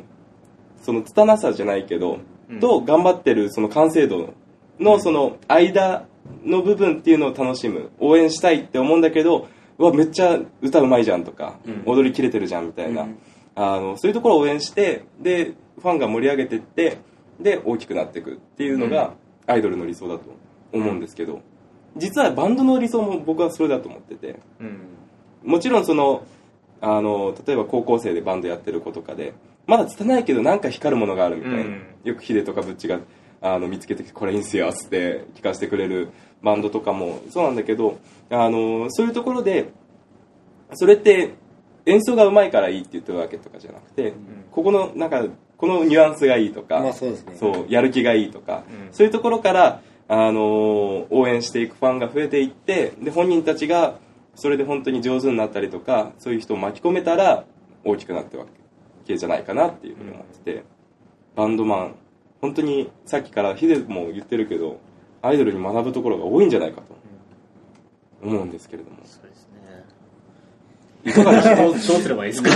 Speaker 2: その、拙さじゃないけど、
Speaker 3: うん
Speaker 2: と、頑張ってる、その、完成度の、その、間の部分っていうのを楽しむ、応援したいって思うんだけど、うわ、めっちゃ歌うまいじゃんとか、踊り切れてるじゃんみたいな、あの、そういうところを応援して、で、ファンが盛り上げてって、で、大きくなっていくっていうのが、アイドルの理想だと思うんですけど、実はバンドの理想も僕はそれだと思ってて
Speaker 3: うん
Speaker 2: もちろんそのあの例えば高校生でバンドやってる子とかでまだ拙いけどなんか光るものがあるみたいな、
Speaker 3: うん
Speaker 2: よくヒデとかブッチがあの見つけてきてこれいいんすよっつって聞かせてくれるバンドとかもそうなんだけどあのそういうところでそれって演奏が上手いからいいって言ってるわけとかじゃなくて、ここのなんかこのニュアンスがいいとか、
Speaker 4: まあそうですね
Speaker 2: そうやる気がいいとか、
Speaker 3: うん
Speaker 2: そういうところから、あのー応援していくファンが増えていってで本人たちがそれで本当に上手になったりとかそういう人を巻き込めたら大きくなってわけじゃないかなっていうふうに思ってて、バンドマン本当にさっきからヒデも言ってるけどアイドルに学ぶところが多いんじゃないかと思うんですけれども
Speaker 8: そうですね
Speaker 2: いかがでしょう
Speaker 8: どうどうすればい いですか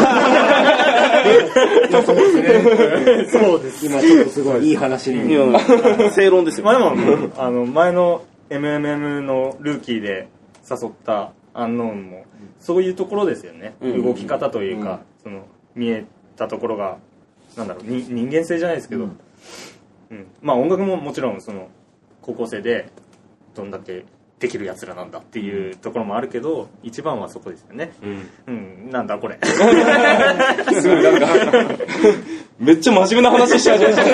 Speaker 4: そうです今ちょっとすごいいい話に、
Speaker 5: いや正論ですよ
Speaker 3: まあでも、あの、前の MMM のルーキーで誘ったアンノーンも、そういうところですよね。
Speaker 5: うん
Speaker 3: 動き方というか、その、見えたところが、なんだろう、に人間性じゃないですけど、うん。まあ音楽ももちろん、その、高校生で、どんだけできる奴らなんだっていうところもあるけど、一番はそこですよね。うん、なんだこ れ。
Speaker 2: すごいなんかめっちゃ真面目な話しちゃうじゃないです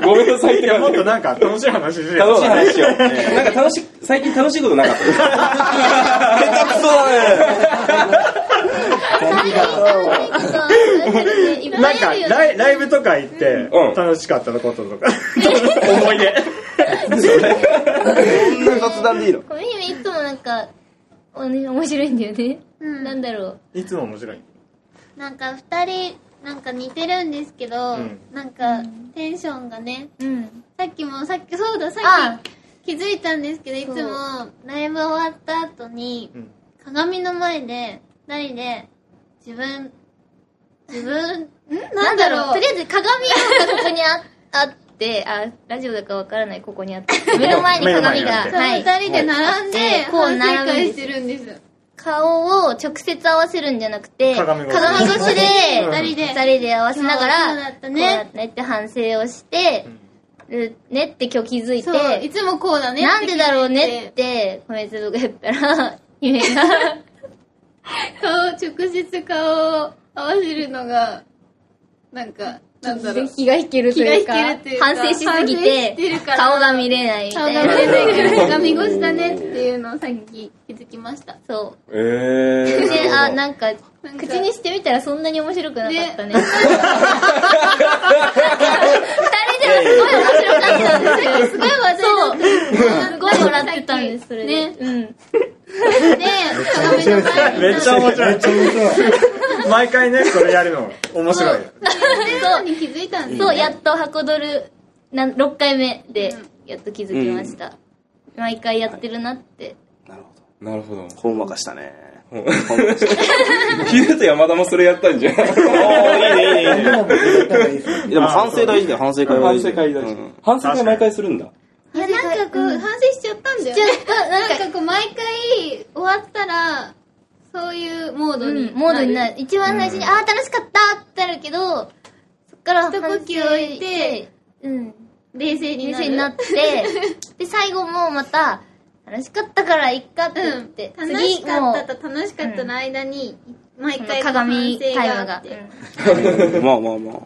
Speaker 2: かごめんなさいって
Speaker 3: いや、もっとなんか楽しい話して
Speaker 2: 楽しい話を。なんか楽しい、最近楽しいことなかった。下手 くそだね。
Speaker 6: そうそうそうそういうのいっぱ
Speaker 3: ないん
Speaker 6: あ
Speaker 3: か
Speaker 6: るよね
Speaker 3: ライライブとか行って
Speaker 2: うん
Speaker 3: 楽しかったこと とか思い出
Speaker 5: こんな雑談でいいの
Speaker 7: コメ姫いつもなんかお、ね、面白いんだよね、
Speaker 6: うん
Speaker 7: なんだろう
Speaker 3: いつも面白い
Speaker 6: なんか二人なんか似てるんですけど、
Speaker 3: ん
Speaker 6: なんかテンションがね
Speaker 7: うん
Speaker 6: さっきもさっきそうださ
Speaker 7: あ
Speaker 6: っき気づいたんですけどいつもライブ終わった後に、
Speaker 3: ん
Speaker 6: 鏡の前で二人で自分自分んなんだろう
Speaker 7: とりあえず鏡がここにああってあラジオだかわからないここにあって目の前に鏡が
Speaker 3: 目の前に
Speaker 6: そう
Speaker 7: は
Speaker 6: 二
Speaker 7: い
Speaker 6: 人で並んで
Speaker 7: はい
Speaker 6: 反省
Speaker 7: こう並
Speaker 6: 会
Speaker 7: ぶ
Speaker 6: してるんです
Speaker 7: 顔を直接合わせるんじゃなくて
Speaker 3: 鏡越し
Speaker 7: 鏡越しで
Speaker 3: うん
Speaker 6: 二人で
Speaker 7: 二人で合わせなが
Speaker 6: 今日はそうだ
Speaker 7: ら
Speaker 6: ったね
Speaker 7: こうだったねって反省をして、るねって今日気づい
Speaker 6: そう
Speaker 7: て
Speaker 6: いつもこうだねって
Speaker 7: なんでだろうねって米粒が言った ら姫が
Speaker 6: 顔直接顔を合わせるのがなんかなんだろう
Speaker 7: 気が引けるというか
Speaker 6: 気が引けるというか
Speaker 7: 反省しすぎ
Speaker 6: 反省して
Speaker 7: て
Speaker 6: るから
Speaker 7: 顔が見れないみ
Speaker 6: 顔
Speaker 7: たい
Speaker 6: が
Speaker 7: な
Speaker 6: 見れないから鏡越しだねっていうのをさっき気づきました
Speaker 7: そ
Speaker 2: え
Speaker 7: うであ
Speaker 2: ー。
Speaker 7: なんか
Speaker 6: なんか
Speaker 7: 口にしてみたらそんなに面白くなかったね二人でもすごい面白かったんですよ
Speaker 6: すごい話
Speaker 7: そう
Speaker 6: 題
Speaker 7: すごい笑ってたんですそれで
Speaker 6: ね
Speaker 7: うん
Speaker 6: だね鏡の前に
Speaker 3: めっちゃ面白い
Speaker 4: そう
Speaker 3: 毎回ねそれやるの面白い
Speaker 6: そうに気づいたんです
Speaker 7: そうやっと箱ドルなん6回目でやっと気づきました、毎回やってるなって、
Speaker 5: なるほど
Speaker 2: なるほど。
Speaker 5: ほんわかしたね
Speaker 2: ヒデと山田もそれやったんじゃん。
Speaker 4: そんなのもやったらいいですよ
Speaker 5: でも反省大事だよ反省会は
Speaker 2: 反
Speaker 5: 大事
Speaker 2: 省
Speaker 5: だ
Speaker 2: 会
Speaker 5: よ
Speaker 2: だし。反省会毎回するんだ。
Speaker 6: いやなんかこう反省しちゃったんだよね
Speaker 7: なんか
Speaker 6: なんかこう毎回終わったらそういうモードに
Speaker 7: うんモードになる一番最初に、ああ楽しかったってなるけどそっから
Speaker 6: 一呼吸
Speaker 7: 反省して
Speaker 6: 置いて
Speaker 7: うん
Speaker 6: 冷静に
Speaker 7: 優
Speaker 6: なる
Speaker 7: 勢になって で最後もまた楽しかったからいっかって
Speaker 6: う
Speaker 7: 言っ
Speaker 6: ん
Speaker 7: て、、
Speaker 6: 楽し
Speaker 7: 次
Speaker 6: か
Speaker 7: も
Speaker 6: ったと楽しかったの間に、毎
Speaker 7: その
Speaker 6: 回
Speaker 7: 鏡タイム
Speaker 6: 反省あ
Speaker 7: が
Speaker 6: って
Speaker 5: まあまあまあ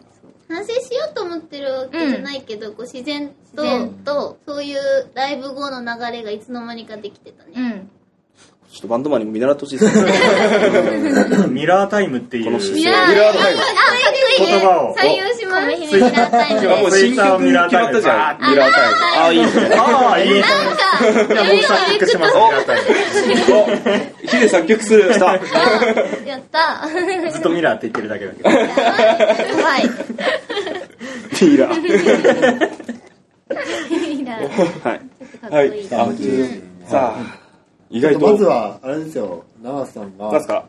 Speaker 6: 反省しようと思ってるわけじゃないけど、こう自然と
Speaker 7: 自然と
Speaker 6: そういうライブ後の流れがいつの間にかできてたね、
Speaker 7: うん
Speaker 5: ちょっとバンドマンにも見習ってほしいですね。
Speaker 3: ミラータイムっていう
Speaker 5: この姿勢
Speaker 7: や
Speaker 2: ミラータイム
Speaker 7: あ、かっこいいね
Speaker 3: 言葉を
Speaker 7: 採用します。
Speaker 6: 米姫ミラータイム
Speaker 2: いやもう新曲決まったじゃん。ミラータイム。
Speaker 5: ああ、いいですね。
Speaker 3: ああ、いいね。
Speaker 7: なんか、
Speaker 3: いや、僕作曲してます、ミラータイ
Speaker 2: おヒデ作曲する。した。
Speaker 7: やった。
Speaker 3: ム。ずっとミラーって言ってるだけだけど。
Speaker 7: 怖い。
Speaker 5: ティーラー。
Speaker 7: いいな
Speaker 5: はい。
Speaker 7: かっこ
Speaker 2: はい
Speaker 7: い
Speaker 2: い。
Speaker 7: い。
Speaker 2: あさあ、意外と。
Speaker 4: まずはあれですよ長瀬さん
Speaker 2: なん
Speaker 4: が
Speaker 2: す
Speaker 4: ちょ
Speaker 2: か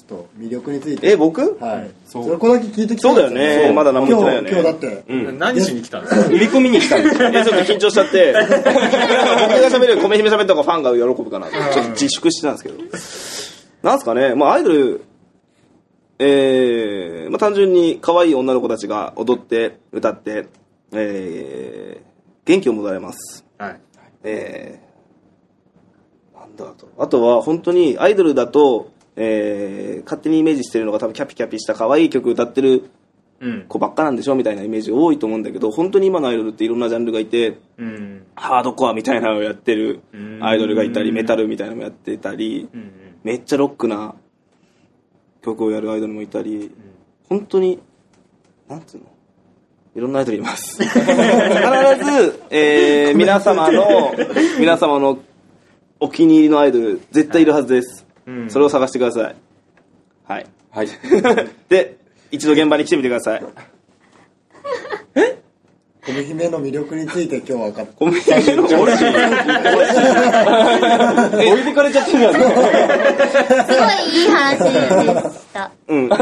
Speaker 4: っと魅力について
Speaker 5: え、僕
Speaker 4: はい
Speaker 2: そ
Speaker 4: そうれこだけ聞いてきたん
Speaker 5: そうだよねまだ何も言ってないよね
Speaker 4: 今日今日だって
Speaker 2: うん。
Speaker 3: 何しに来たんですか
Speaker 2: 売り込みに来たんですよ。
Speaker 5: え、ちょっと緊張しちゃって。僕が喋るより米姫喋った方がファンが喜ぶかな。ちょっと自粛してたんですけど。なんすかね、まあアイドル、えー、まあ単純に可愛い女の子たちが踊って、歌って、えー、元気をもらえます。
Speaker 3: はい。
Speaker 5: えー、なんだあと。あとは本当にアイドルだと、えー、勝手にイメージしてるのが多分キャピキャピした可愛い曲歌ってる
Speaker 3: うん。
Speaker 5: 子ばっかなんでしょみたいなイメージ多いと思うんだけど、本当に今のアイドルっていろんなジャンルがいて、
Speaker 3: うん。
Speaker 5: ハードコアみたいなのをやってる
Speaker 3: うん
Speaker 5: アイドルがいたり、メタルみたいなのもやってたり、
Speaker 3: うん。
Speaker 5: めっちゃロックな曲をやるアイドルもいたり、本当に、なんつうのいろんなアイドルいます。必ず、 えー、皆様の、皆様のお気に入りのアイドル、絶対いるはずです。
Speaker 3: うん
Speaker 5: それを探してください。 はい。
Speaker 2: はい。
Speaker 5: で、一度現場に来てみてください。
Speaker 4: 米姫の魅力について今日は分かった
Speaker 5: コメデ ィの俺
Speaker 2: 置いてかれちゃってるじゃん。
Speaker 7: すごいいい話でした。
Speaker 5: うん。お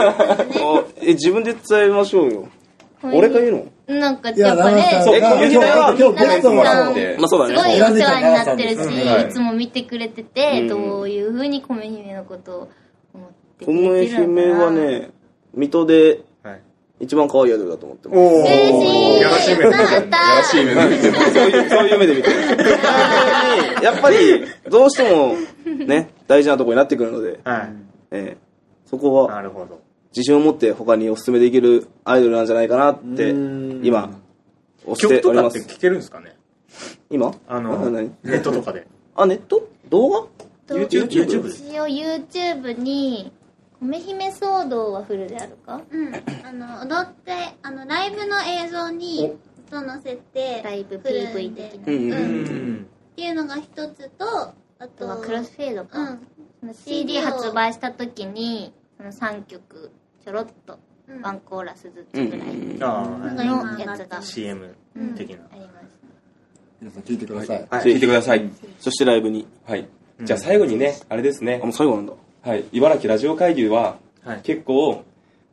Speaker 5: え、自分で伝えましょうよ。 俺が言うの
Speaker 7: なんか、
Speaker 4: いや
Speaker 7: やっぱ
Speaker 4: 長瀬さ
Speaker 7: ね
Speaker 4: ん、
Speaker 5: そう
Speaker 4: が
Speaker 5: え米姫は
Speaker 4: 今日ゲストもら
Speaker 7: 長
Speaker 4: って
Speaker 7: 瀬さん
Speaker 5: まあそうだね
Speaker 7: すごいお世話になってる
Speaker 4: う
Speaker 7: し、
Speaker 2: ん
Speaker 7: いつも見てくれてて、
Speaker 5: うん
Speaker 7: どういうふうに米姫のことを思ってくれ
Speaker 5: 米
Speaker 7: てるの
Speaker 5: 姫は
Speaker 7: かな。
Speaker 5: ね、水戸で
Speaker 3: はい。
Speaker 5: 一番可愛いアイドルだと思ってます。
Speaker 3: お
Speaker 7: 嬉しい。
Speaker 3: やらしい目
Speaker 7: やった
Speaker 2: い目で見てる
Speaker 5: そういう、そういう目で見てる。やっぱり、どうしても、ね、大事なとこになってくるので、
Speaker 3: はい。
Speaker 5: えーそこ
Speaker 3: な
Speaker 5: は
Speaker 3: るほど。
Speaker 5: 自信を持って他にお勧めできるアイドルなんじゃないかなって、今、推して
Speaker 3: 曲と
Speaker 5: おり
Speaker 3: か
Speaker 5: ま
Speaker 3: って
Speaker 5: す。
Speaker 3: 聞けるんですかね
Speaker 5: 今
Speaker 3: あ
Speaker 5: な
Speaker 3: の、ネ
Speaker 5: 何
Speaker 3: ットとかで。
Speaker 5: あ、ネット動画
Speaker 7: YouTube
Speaker 3: YouTube です
Speaker 7: 一応 YouTube に「米姫騒動はフルであるか?
Speaker 6: うん、あの踊ってあのライブの映像にと載せ」て
Speaker 7: ライブ
Speaker 6: 来るん
Speaker 7: PV
Speaker 6: で
Speaker 7: 的
Speaker 5: う
Speaker 7: な、
Speaker 5: ん
Speaker 3: う
Speaker 5: うん。
Speaker 3: ん。
Speaker 6: っていうのが一つとあ
Speaker 7: あと
Speaker 6: と
Speaker 7: はクロスフェードか、その
Speaker 6: CD
Speaker 7: CD 発売した時にその3曲ちょろっと
Speaker 6: うん、うん、
Speaker 7: ワンコーラスずつぐらい
Speaker 5: うん
Speaker 3: あ
Speaker 6: なんか今
Speaker 7: の
Speaker 6: 上が
Speaker 7: や
Speaker 6: って
Speaker 7: つ
Speaker 6: た
Speaker 7: が
Speaker 3: あ、CM 的な。
Speaker 7: あります
Speaker 4: 皆さん聞いてください
Speaker 2: 聞いてください。
Speaker 5: そしてライブに。
Speaker 2: はい。じゃあ最後にね、あれですね
Speaker 5: あ、。もう最後なんだ。
Speaker 2: はい。茨城ラジオ会議は、
Speaker 3: はい。
Speaker 2: 結構、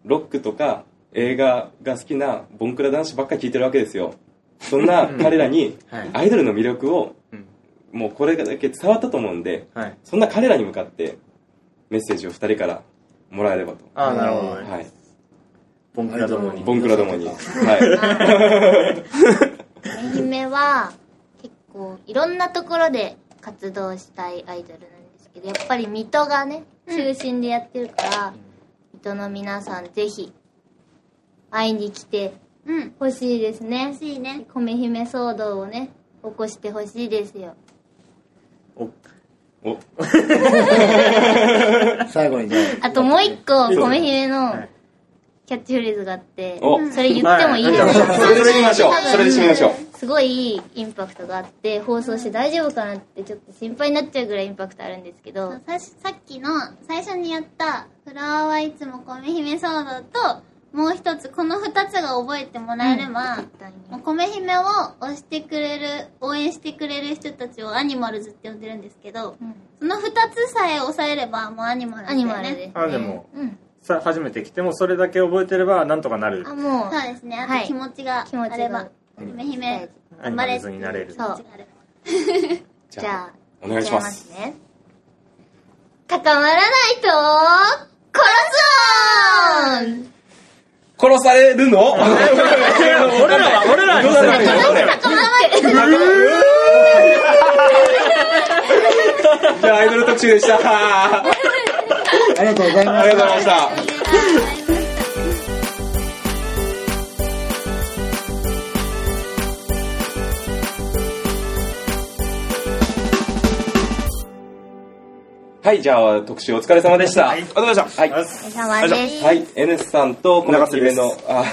Speaker 2: ロックとか映画が好きなボンクラ男子ばっかり聞いてるわけですよ。そんな彼らに
Speaker 3: はい、
Speaker 2: アイドルの魅力を、
Speaker 3: うん
Speaker 2: もうこれだけ伝わったと思うんで、
Speaker 3: はい。
Speaker 2: そんな彼らに向かって、メッセージを二人からもらえればと。
Speaker 3: ああ、なるほどね。
Speaker 2: はい。
Speaker 3: ボンクラどもに。
Speaker 2: ボンクラどもに。は
Speaker 7: 愛媛は結構いろんなところで活動したいアイドルなんですけどやっぱり水戸がね中心でやってるから、水戸の皆さんぜひ会いに来て
Speaker 6: うん
Speaker 7: ほしいですね
Speaker 6: 欲しいね
Speaker 7: 米姫騒動をね起こしてほしいですよ
Speaker 3: お
Speaker 2: い。お、
Speaker 4: 最後に じゃ
Speaker 7: あともう一個
Speaker 3: い
Speaker 7: 米姫の
Speaker 3: はい
Speaker 7: キャッチフレーズがあって
Speaker 2: お
Speaker 7: それ言ってもいいです
Speaker 3: は
Speaker 7: か
Speaker 3: い
Speaker 2: それで締めましょう。それで締めましょう。
Speaker 7: すごいいいインパクトがあって放送して大丈夫かなってちょっと心配になっちゃうぐらいインパクトあるんですけど
Speaker 6: さしさっきの最初にやった「フラワーはいつも米姫騒動」ともう一つこの二つが覚えてもらえれば、もう米姫を推してくれる応援してくれる人たちをアニマルズって呼んでるんですけど、
Speaker 7: うん
Speaker 6: その二つさえ押さえればもうアニマルズ
Speaker 7: ア
Speaker 6: だ
Speaker 7: ニ
Speaker 6: よね
Speaker 7: マルです、ね。
Speaker 3: あでも
Speaker 7: うん。
Speaker 3: さ、初めて来ても、それだけ覚えてれば、なんとかなる。
Speaker 7: あ、もう、
Speaker 6: そうですねあ
Speaker 7: は
Speaker 6: と
Speaker 7: い
Speaker 6: 気持ちが
Speaker 7: 気持ち
Speaker 6: あ
Speaker 7: が
Speaker 6: れば、米姫
Speaker 3: アニマルズになれる。
Speaker 7: そう
Speaker 6: 気持ちがあれば
Speaker 7: じゃあ、
Speaker 2: お願いします。
Speaker 7: いっちゃいますね。高まらないと、殺すぞ
Speaker 2: 殺されるの
Speaker 3: 俺らは、俺らに
Speaker 2: じゃあアイドル特集でした。 あ
Speaker 4: あありがとうございま
Speaker 2: りがとう
Speaker 4: す
Speaker 2: ございました。はい、じゃあ特集お疲れ様でした。
Speaker 5: ありがとうございました。
Speaker 2: はい。
Speaker 7: お疲れ様です。
Speaker 2: はい、N さんと米姫の、あ、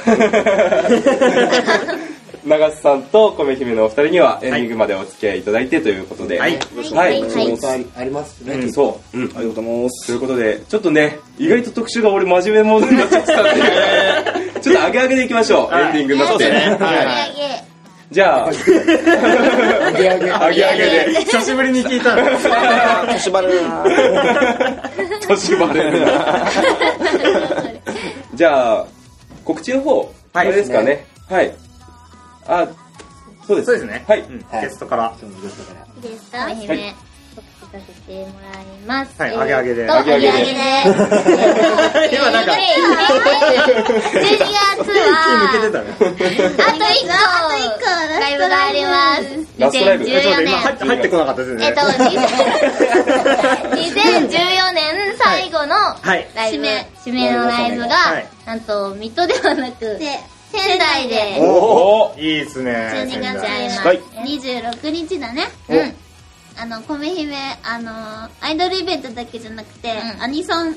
Speaker 2: 長瀬さんと米姫のお二人にはエンディングまでお付き合いいただいてということで。
Speaker 3: は
Speaker 2: は
Speaker 3: い
Speaker 2: い
Speaker 7: は
Speaker 4: 仕
Speaker 7: い。
Speaker 4: 事ありありますしね、
Speaker 2: うんそう。うん。
Speaker 5: ありがとうございま
Speaker 2: と
Speaker 5: す。
Speaker 2: いうことで、ちょっとね、意外と特集が俺真面目モードになっちゃってたんで、ちょっとアゲアゲでいきましょう、
Speaker 3: はい
Speaker 2: エンディングになって。はい
Speaker 6: 上げ
Speaker 2: じゃあ、
Speaker 4: 上げ上げ
Speaker 2: アゲアゲで、
Speaker 3: 久しぶりに聞いたら
Speaker 5: 年バレな
Speaker 2: 年バレるな。じゃあ、告知の方、
Speaker 3: はい
Speaker 2: これですかね。はい。あ、そうです。
Speaker 3: そうですね
Speaker 2: はい。
Speaker 3: うん
Speaker 4: はい
Speaker 3: ゲストから
Speaker 4: 今日のゲストから
Speaker 6: いいですか
Speaker 7: 大
Speaker 6: はい
Speaker 7: 変
Speaker 2: は
Speaker 7: ね。告知させてもらいます。
Speaker 3: はい
Speaker 7: えー
Speaker 3: アゲアゲで
Speaker 7: と
Speaker 3: ア
Speaker 7: ア
Speaker 2: ゲアゲ
Speaker 7: ゲ
Speaker 2: で
Speaker 7: アゲで。今
Speaker 3: なんか
Speaker 7: 12月
Speaker 3: 抜けて
Speaker 7: は、
Speaker 3: たね
Speaker 7: あと1個、ライブがあります。
Speaker 2: ラストライブ
Speaker 3: ちょっと今
Speaker 7: 2014
Speaker 3: 入
Speaker 7: 年
Speaker 3: っ。入ってこなかったですね
Speaker 7: えっと、2014年最後
Speaker 3: い
Speaker 7: のライブ、
Speaker 6: 締め
Speaker 7: 締めのライブが、
Speaker 3: はい
Speaker 7: なんと、水戸ではなく、
Speaker 6: で
Speaker 7: 仙台
Speaker 2: おお
Speaker 3: い
Speaker 7: で、
Speaker 3: いですね
Speaker 6: 12
Speaker 3: 仙
Speaker 6: 月
Speaker 3: 台
Speaker 7: はい
Speaker 6: 26日だね
Speaker 2: お
Speaker 6: うんあの米姫あのーアイドルイベントだけじゃなくて、
Speaker 7: うん
Speaker 6: アニソン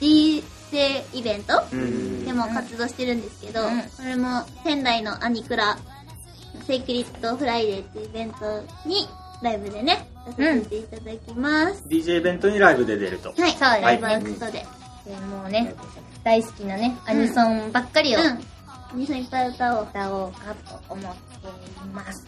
Speaker 6: DJ イベント
Speaker 3: うん
Speaker 6: でも活動してるんですけど、
Speaker 7: うん
Speaker 6: それも仙台のアニクラセイクリットフライデーっていうイベントにライブでね出させていただきます、
Speaker 3: DJ イベントにライブで出ると
Speaker 6: は
Speaker 7: そう
Speaker 6: い
Speaker 7: ですね
Speaker 6: ライブのことで、
Speaker 7: もうね、大好きなね、アニソンばっかりを
Speaker 6: うんアニソンいっぱい歌おう
Speaker 7: 歌おうかと思っています。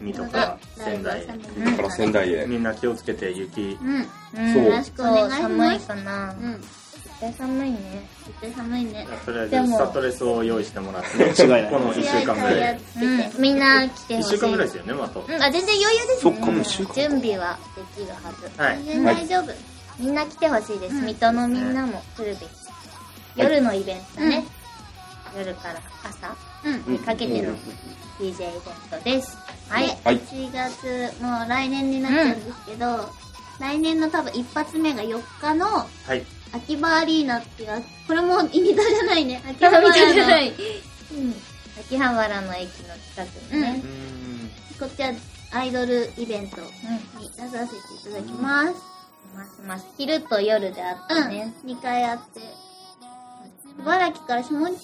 Speaker 3: 水戸から仙台
Speaker 6: ライブを収め
Speaker 7: う
Speaker 6: て
Speaker 7: ん
Speaker 2: だから仙台へ。
Speaker 3: みんな気をつけて雪
Speaker 6: うん、うん、
Speaker 7: うん
Speaker 2: そう
Speaker 6: よろしくお願いします
Speaker 7: そう寒いかな。
Speaker 6: うん、
Speaker 7: 絶対寒いね。
Speaker 6: 絶対寒いね
Speaker 3: とりあえ
Speaker 7: で
Speaker 3: ず
Speaker 7: も
Speaker 3: サトレスを用意してもらって
Speaker 5: 違いない
Speaker 3: この1週間ぐらい
Speaker 7: うん、みんな来て
Speaker 3: 1
Speaker 7: ほしい。
Speaker 3: 週間ぐらいですよねまた
Speaker 7: うん、あ、全然余裕ですね。
Speaker 5: そっかもう一週間か
Speaker 7: 準備はできるはず。
Speaker 3: はい
Speaker 6: 全然大丈夫、
Speaker 7: みんな来てほしいです、水戸のみんなも来るべき、夜のイベントね、夜から朝
Speaker 6: うん
Speaker 7: にかけての DJ イベントです、はい
Speaker 6: で
Speaker 2: はい
Speaker 6: 1月もう来年になっちゃうんですけど、来年の多分一発目が4日の
Speaker 3: はい
Speaker 6: 秋葉アリーナっていうこれもイニタじゃない ね秋
Speaker 7: 今
Speaker 6: 葉
Speaker 7: 日
Speaker 6: 原
Speaker 7: 見
Speaker 6: の
Speaker 7: たじゃない、うん、秋葉原の駅の近くにね
Speaker 3: う、ん
Speaker 6: こっちはアイドルイベントに出させていただきます、
Speaker 7: ますます昼と夜であったね、
Speaker 6: うん、2回あって茨城か
Speaker 7: あ
Speaker 6: ら下下
Speaker 7: しまん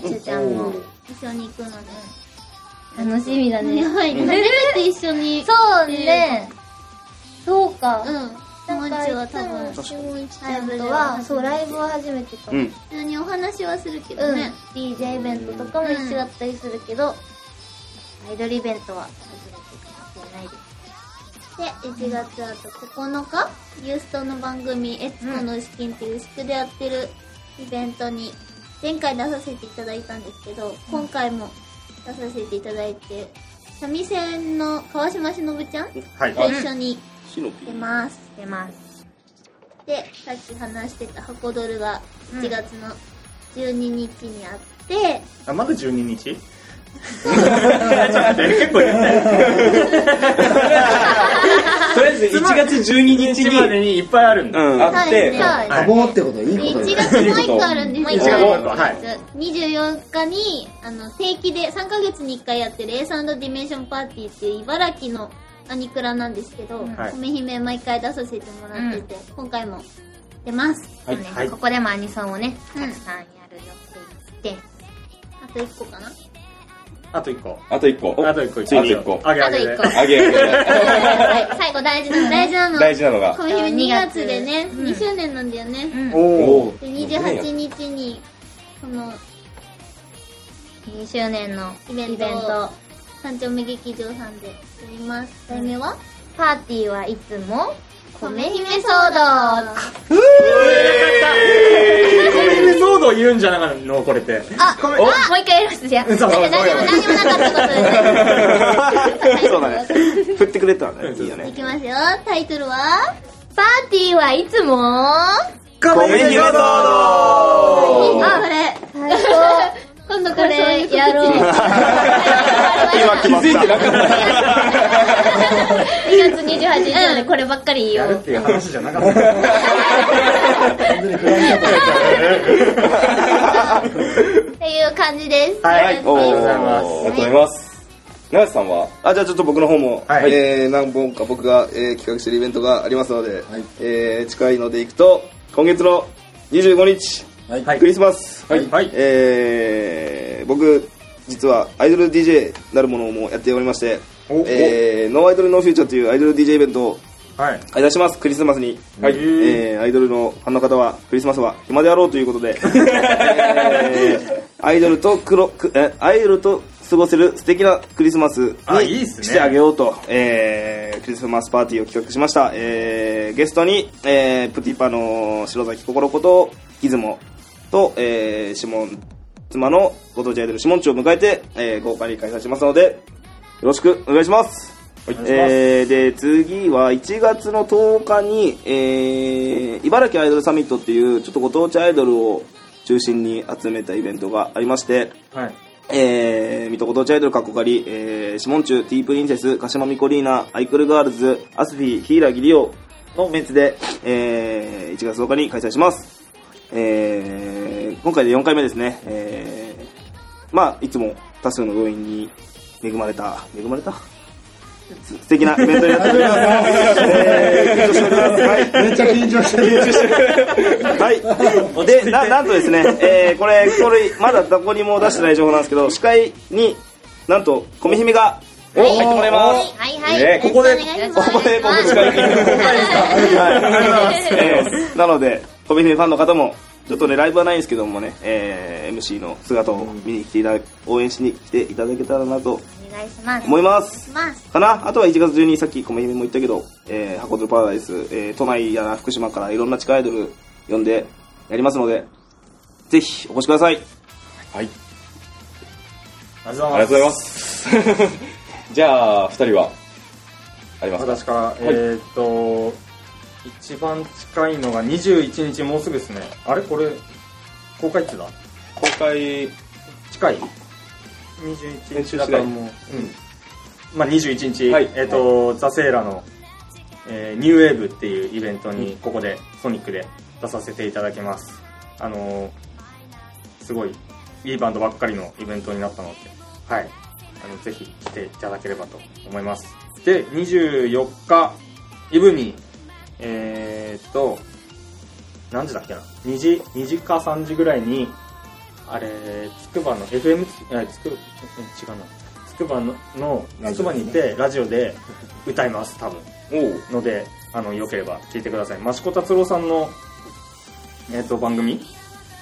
Speaker 7: ちゅちゃんも
Speaker 6: 一緒に行くので、
Speaker 7: 楽しみだね、
Speaker 6: やばいね初めて一緒に
Speaker 7: そうね、そうか、
Speaker 6: うん下
Speaker 7: なんか
Speaker 6: 地はい
Speaker 7: つ
Speaker 6: 多分
Speaker 7: もしもんち
Speaker 6: ラ
Speaker 7: ゃ
Speaker 6: イ
Speaker 7: ん
Speaker 6: ブで
Speaker 7: と
Speaker 6: は
Speaker 7: はそうライブは初めてかも、
Speaker 5: うん。
Speaker 6: 普通にお話はするけど
Speaker 7: うん
Speaker 6: ね、
Speaker 7: DJ イベントとかも一緒だったりするけど、アイドルイベントは初めてかもしれないです
Speaker 6: で1月あと9日ユーストの番組「エッツの牛金」っていう牛久でやってるイベントに前回出させていただいたんですけど、今回も出させていただいて三味線の川島忍ちゃんと
Speaker 3: はい
Speaker 6: 一緒に
Speaker 5: シノピ
Speaker 6: 出ます、
Speaker 7: 出ます
Speaker 6: でさっき話してた箱ドルが1月の12日にあって、
Speaker 3: あまだ12日ちょっと待って結構言ったよ
Speaker 2: とりあえず1月12日
Speaker 3: 1日まで
Speaker 2: に
Speaker 3: にいっぱいあるんだ
Speaker 5: うん。
Speaker 2: あって、
Speaker 6: そうですね
Speaker 7: そう
Speaker 3: はい
Speaker 4: 多忙ってこといいこと
Speaker 6: 1
Speaker 4: です
Speaker 6: 月もう一個あるんです
Speaker 7: もう一
Speaker 6: よ
Speaker 7: 個ある
Speaker 3: はい
Speaker 6: 24日にあの定期で3ヶ月に1回やってる A サンドディメンションパーティーっていう茨城のアニクラなんですけど、
Speaker 3: はい
Speaker 6: 米姫毎回出させてもらってて、今回も出ます
Speaker 2: はい
Speaker 7: ね
Speaker 3: はい
Speaker 7: ここでもアニソンをね、
Speaker 6: うん
Speaker 7: たくさんやる予定で
Speaker 6: あと1個かな
Speaker 3: あと1個
Speaker 2: あと1個。
Speaker 3: あと1個
Speaker 2: ついに1個。
Speaker 3: あげあげで
Speaker 7: あと一
Speaker 2: あげあげ
Speaker 7: はい最後大事なの
Speaker 6: 大事なの
Speaker 2: 大事なのが。
Speaker 6: 米姫2月でね、
Speaker 7: うん
Speaker 6: 2周年なんだよね、
Speaker 7: うん
Speaker 3: おお
Speaker 6: で28日にこの
Speaker 7: 2周年の
Speaker 6: イベント
Speaker 7: イベント
Speaker 6: 三丁目劇場さんでやります題名は
Speaker 7: パーティーはいつも米姫騒動
Speaker 3: 米姫騒動言うんじゃなかったのこれって
Speaker 7: あ、
Speaker 3: ごめん
Speaker 7: あもう一回やりますじゃあ
Speaker 3: そうそう
Speaker 7: 何でも何でもなかったことでね
Speaker 5: そうだね。振ってくれたらね。いいよ
Speaker 6: い
Speaker 5: ね。
Speaker 6: きますよタイトルは
Speaker 7: パーティーはいつも
Speaker 5: ごめん姫騒動
Speaker 6: あこれ
Speaker 7: 最高
Speaker 6: 今度
Speaker 7: こ
Speaker 6: からそうい
Speaker 7: れ
Speaker 6: う告知
Speaker 7: やろう
Speaker 5: 今決まった。
Speaker 7: 2月28日までこればっかり言お
Speaker 3: やるっ
Speaker 7: う
Speaker 3: ていう話じゃなかった
Speaker 4: 完全に暗い方
Speaker 7: っていう感じです
Speaker 3: はいありがとうござい
Speaker 5: お
Speaker 3: ま
Speaker 5: ー
Speaker 2: あり
Speaker 3: す
Speaker 2: がとうございます。長瀬さんは
Speaker 5: あじゃあちょっと僕の方も、
Speaker 3: はい
Speaker 5: えー何本か僕が、えー企画してるイベントがありますので、
Speaker 4: はい
Speaker 5: えー近いので行くと今月の25日、
Speaker 4: はい
Speaker 3: はい
Speaker 5: クリスマス、
Speaker 3: はいはい
Speaker 5: えー僕実はアイドル DJ なるものもやっておりまして
Speaker 3: お
Speaker 5: えーノーアイドルノーフューチャーというアイドル DJ イベントを
Speaker 3: はい
Speaker 5: いたしますクリスマスに、
Speaker 3: はい
Speaker 5: えーアイドルのファンの方はクリスマスは暇であろうというこ とで、えーアイドルと黒くえアイドルと過ごせる素敵なクリスマス
Speaker 3: あ
Speaker 5: に
Speaker 3: いいっすね
Speaker 5: してあげようと、えークリスマスパーティーを企画しました、えーゲストに、えープティパの白崎心こと出雲と、えー、指紋妻のご当地アイドル指紋長を迎えて、えー豪華に開催しますのでよろしくお願いしますえーで次は1月の10日に、えー茨城アイドルサミットっていうちょっとご当地アイドルを中心に集めたイベントがありまして、
Speaker 3: はい
Speaker 5: えー、水戸ご当地アイドルかっこかり、えー、シモンチュ、ティープリンセス、鹿島ミコリーナ、アイクルガールズ、アスフィー、ヒイラギリオのメンツで、えー、1月10日に開催します。えー、今回で4回目ですね。えー、まあ、いつも多数の動員に恵まれた、恵まれたす素敵なイベントになっております。えー、緊張しております。はい。
Speaker 4: めっちゃ緊張してる
Speaker 5: はい。で、ななんとですね、えーこれ、これ、まだどこにも出してない情報なんですけど、司会になんと、コミヒメが入ってもらいます。
Speaker 7: はいはい。
Speaker 2: ね
Speaker 7: ここで、こ
Speaker 5: ここでここで
Speaker 7: 近い。
Speaker 5: はいえーなので、コミヒメファンの方も、ちょっとね、ライブはないんですけどもね、えー MC の姿を見に来ていただ応援しに来ていただけたらなと
Speaker 7: お願いします。
Speaker 5: 思いま
Speaker 7: し
Speaker 5: す。
Speaker 7: ます。
Speaker 5: かなあとは1月12日、さっきコメヒメも言ったけど、えー、箱根パラダイス、えー、都内やら福島からいろんな地下アイドル呼んでやりますので、ぜひお越しください。
Speaker 2: はい
Speaker 3: ありがとう
Speaker 2: ありがとうございます じゃあ2人はありますか
Speaker 3: 私から、えーっと一番近いのが21日もうすぐですねあれこれ公開ってだ
Speaker 2: 公開
Speaker 3: 近い21日だからもう、うんまあ、21日、
Speaker 2: はい
Speaker 3: えーっとザ・セーラの、えーニューウェーブっていうイベントにここでソニックで出させていただきますあのーすごいいいバンドばっかりのイベントになったのではいあのぜひ来ていただければと思いますで24日イブにえー、っと何時だっけな2時2時か3時ぐらいにあれつくばの FM つあつく違うなつくばのの
Speaker 4: ラ
Speaker 3: つ
Speaker 4: ジオ
Speaker 3: くば
Speaker 4: です
Speaker 3: に
Speaker 4: ね
Speaker 3: 行ってラジオで歌います多分
Speaker 2: おう
Speaker 3: のであのよければ聞いてください益子達郎さんの、えー、と番組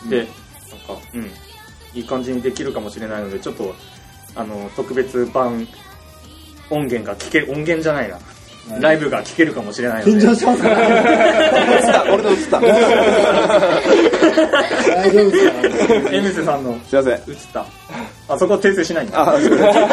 Speaker 3: で、なんか、うん、いい感じにできるかもしれないのでちょっとあの特別版音源が聞け音源じゃないな、ライブが聞けるかもしれ ないので
Speaker 4: 緊張してますから
Speaker 5: 映った俺の映った。
Speaker 4: 大丈夫ですか
Speaker 3: エムセさんの
Speaker 5: すいません。
Speaker 3: 映ったあそこ訂正しないんだ
Speaker 5: あ、すいません。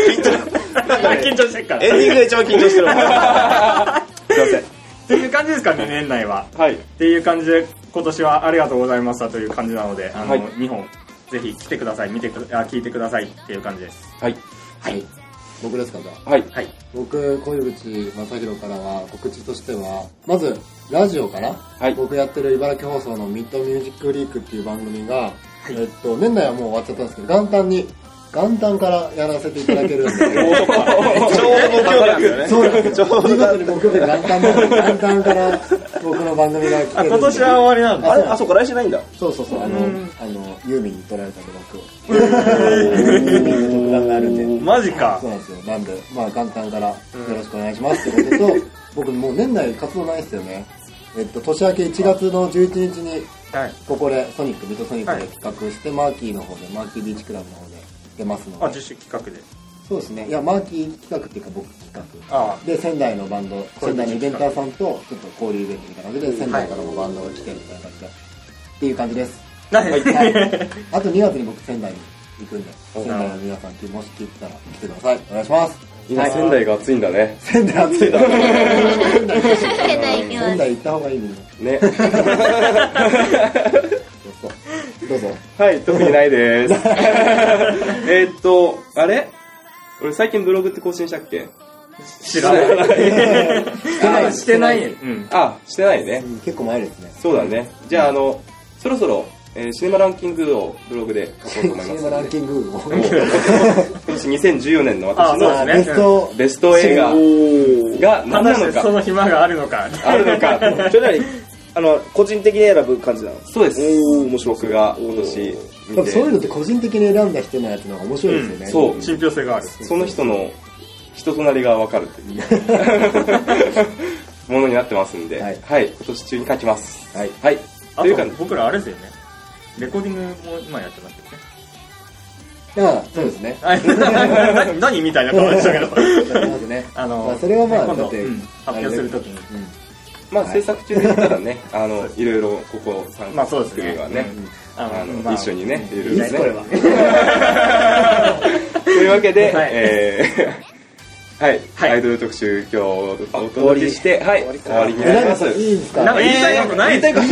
Speaker 3: 緊張してっから
Speaker 5: エンディングが一番緊張して るわ。すいません。
Speaker 3: っていう感じですかね年内は
Speaker 2: はい
Speaker 3: っていう感じで今年はありがとうございましたという感じなのであの、
Speaker 2: はい
Speaker 3: 日本ぜひ来てください見てくあ聞いてくださいっていう感じです
Speaker 2: はい
Speaker 4: 僕ですかじゃあ
Speaker 2: はい
Speaker 3: はい
Speaker 4: 僕小口正弘からは告知としてはまずラジオから、
Speaker 2: い
Speaker 4: 僕やってる茨城放送のミッドミュージックリークっていう番組が、えっと、年内はもう終わっちゃったんですけど元旦に元旦からやらせていただけるんで
Speaker 5: ちょうど今日なんですよね。
Speaker 4: そうなんです見事に木曜日元旦だ元旦から僕の番組が来てる
Speaker 3: あ
Speaker 4: んで
Speaker 3: 今年は終わりなの
Speaker 5: あれ、あ、そうか、来週ないんだ。
Speaker 4: そうそうそうあの
Speaker 3: うん
Speaker 4: あのユーミンに取られたんで僕をユーミンの特番があるんで
Speaker 3: マジか
Speaker 4: そうなんですよ。なんで、まあ、元旦からよろしくお願いしますってことと、僕もう年内活動ないですよね。えっと、年明け1月の11日に、
Speaker 3: はい
Speaker 4: ここでソニック、ミトソニック
Speaker 3: はい
Speaker 4: で企画して、マーキーの方で、マーキービーチクラブの方で出ます
Speaker 3: あ
Speaker 4: ので
Speaker 3: 自、主企画で
Speaker 4: そうですね。いや、マーキー企画っていうか僕企画。
Speaker 3: あ
Speaker 4: で、仙台のバンド、
Speaker 3: れ
Speaker 4: 仙台のイベンターさんと、ちょっと交流イベントみたいな感じで、仙台からもバンドが来てみたいな感じで、っていう感じです。
Speaker 3: あはい
Speaker 4: はい。あと2月に僕仙台に行くんで、仙台の皆さん、もし聞いてたら来てください。お願いします。
Speaker 2: 今
Speaker 4: はい
Speaker 2: 仙台が暑いんだね
Speaker 4: 仙台暑いだろ仙台 行きましょう
Speaker 7: 世代行きま
Speaker 4: 仙
Speaker 7: す。
Speaker 4: 台行った方がいいみんな
Speaker 2: ね
Speaker 4: どうぞ
Speaker 2: はい特にないです えーっとあれ俺最近ブログって更新したっけ
Speaker 3: 知らない
Speaker 4: してな
Speaker 3: あしてないうん
Speaker 2: あしてないね
Speaker 4: 結構前ですね
Speaker 2: そうだねじゃああのそろそろえーシネマランキングをブログで書こうと思い
Speaker 4: シ
Speaker 2: ま
Speaker 4: ネ
Speaker 2: す
Speaker 4: マ
Speaker 2: の
Speaker 4: ラ
Speaker 2: で
Speaker 4: ンキングを
Speaker 2: 今年2014年の
Speaker 3: あ
Speaker 2: 私
Speaker 3: そう
Speaker 2: の
Speaker 3: ですね
Speaker 4: ベスト
Speaker 2: ベスト映画が何
Speaker 3: 果
Speaker 2: なの
Speaker 3: たしてそ
Speaker 2: か
Speaker 3: の暇があるのか。
Speaker 2: あるのか
Speaker 5: それなりあの個人的に選ぶ感じなの
Speaker 2: そうです
Speaker 5: おー面白い
Speaker 2: 僕が今年
Speaker 4: 多
Speaker 2: 見
Speaker 4: 分
Speaker 2: て
Speaker 4: そういうのって個人的に選んだ人のやつの方が面白いですよね、
Speaker 2: うんそう
Speaker 3: 信憑性がある。
Speaker 2: その人の人となりが分かるっていう ものになってますんで、
Speaker 4: は
Speaker 2: はいい、今年中に書きます。
Speaker 4: はい
Speaker 2: はい。
Speaker 3: あ
Speaker 2: というか
Speaker 3: と、、僕らあれですよね。レコーディングも今やってますよね。
Speaker 4: ま あそうですね、
Speaker 3: あ何何みたいな顔で したけど。
Speaker 4: まずね
Speaker 3: あの、
Speaker 4: まあそれはまあ
Speaker 3: 今
Speaker 4: だ
Speaker 3: 度、
Speaker 4: って
Speaker 3: うん発表するときに。
Speaker 2: まあ、制作中で言ったらね、あの、いろいろここ参
Speaker 3: まあ
Speaker 2: 加
Speaker 3: そうです
Speaker 2: す
Speaker 3: ね
Speaker 2: るのはね、あの、
Speaker 3: まあ
Speaker 2: 一緒にね、いろ
Speaker 4: い
Speaker 2: い
Speaker 4: い
Speaker 2: ろ
Speaker 4: っすこれは
Speaker 2: ね。というわけで、
Speaker 3: はい
Speaker 2: え ーはい、
Speaker 3: はい
Speaker 2: アイドル特集今日お届けして、はい、終わりになり
Speaker 4: 選ん
Speaker 2: ま
Speaker 4: だ
Speaker 2: す。
Speaker 4: 人いいんですか
Speaker 3: なんか言いたいことないですか
Speaker 5: ね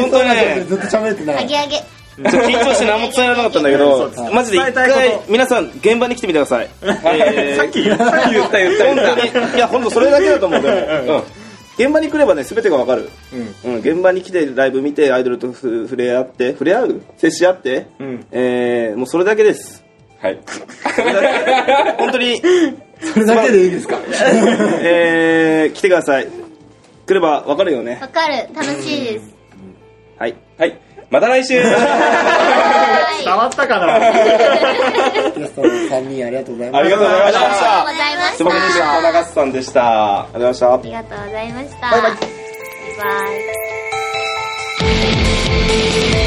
Speaker 5: 本当にね
Speaker 4: ずっと喋ってな
Speaker 7: あ
Speaker 4: い
Speaker 7: げあげ
Speaker 5: ちょっと緊張して何も伝えられなかったんだけ
Speaker 3: そ
Speaker 5: ど
Speaker 3: うです、
Speaker 5: マジで一
Speaker 3: 伝えたいこ
Speaker 5: 回
Speaker 3: と
Speaker 5: 皆さん現場に来てみてください。えー
Speaker 3: さっき言ったよ
Speaker 2: 言った言った言った。
Speaker 5: 本当にいや本当それだけだと思 うでも、うん、現場に来ればね全てがわかる、うん現場に来てライブ見てアイドルとふ触れ合って触れ合う接し合って、
Speaker 3: ん
Speaker 5: えーもうそれだけです
Speaker 2: はい。
Speaker 5: それだけ本 当に、
Speaker 4: それだけでいいですか
Speaker 5: えー来てください来ればわかるよね
Speaker 7: わかる楽しいです
Speaker 5: はい
Speaker 2: はい。また 来週
Speaker 7: はい
Speaker 3: 伝わったかな
Speaker 4: ゲストの3人ありがとうございま
Speaker 2: ありがとうございまし
Speaker 4: す
Speaker 7: ありが
Speaker 2: た。
Speaker 7: とうございまし
Speaker 2: すばらしたた。長瀬さんでした。
Speaker 5: ありがとうございました
Speaker 7: ありがとうございました
Speaker 5: バイバイ
Speaker 7: バイバイ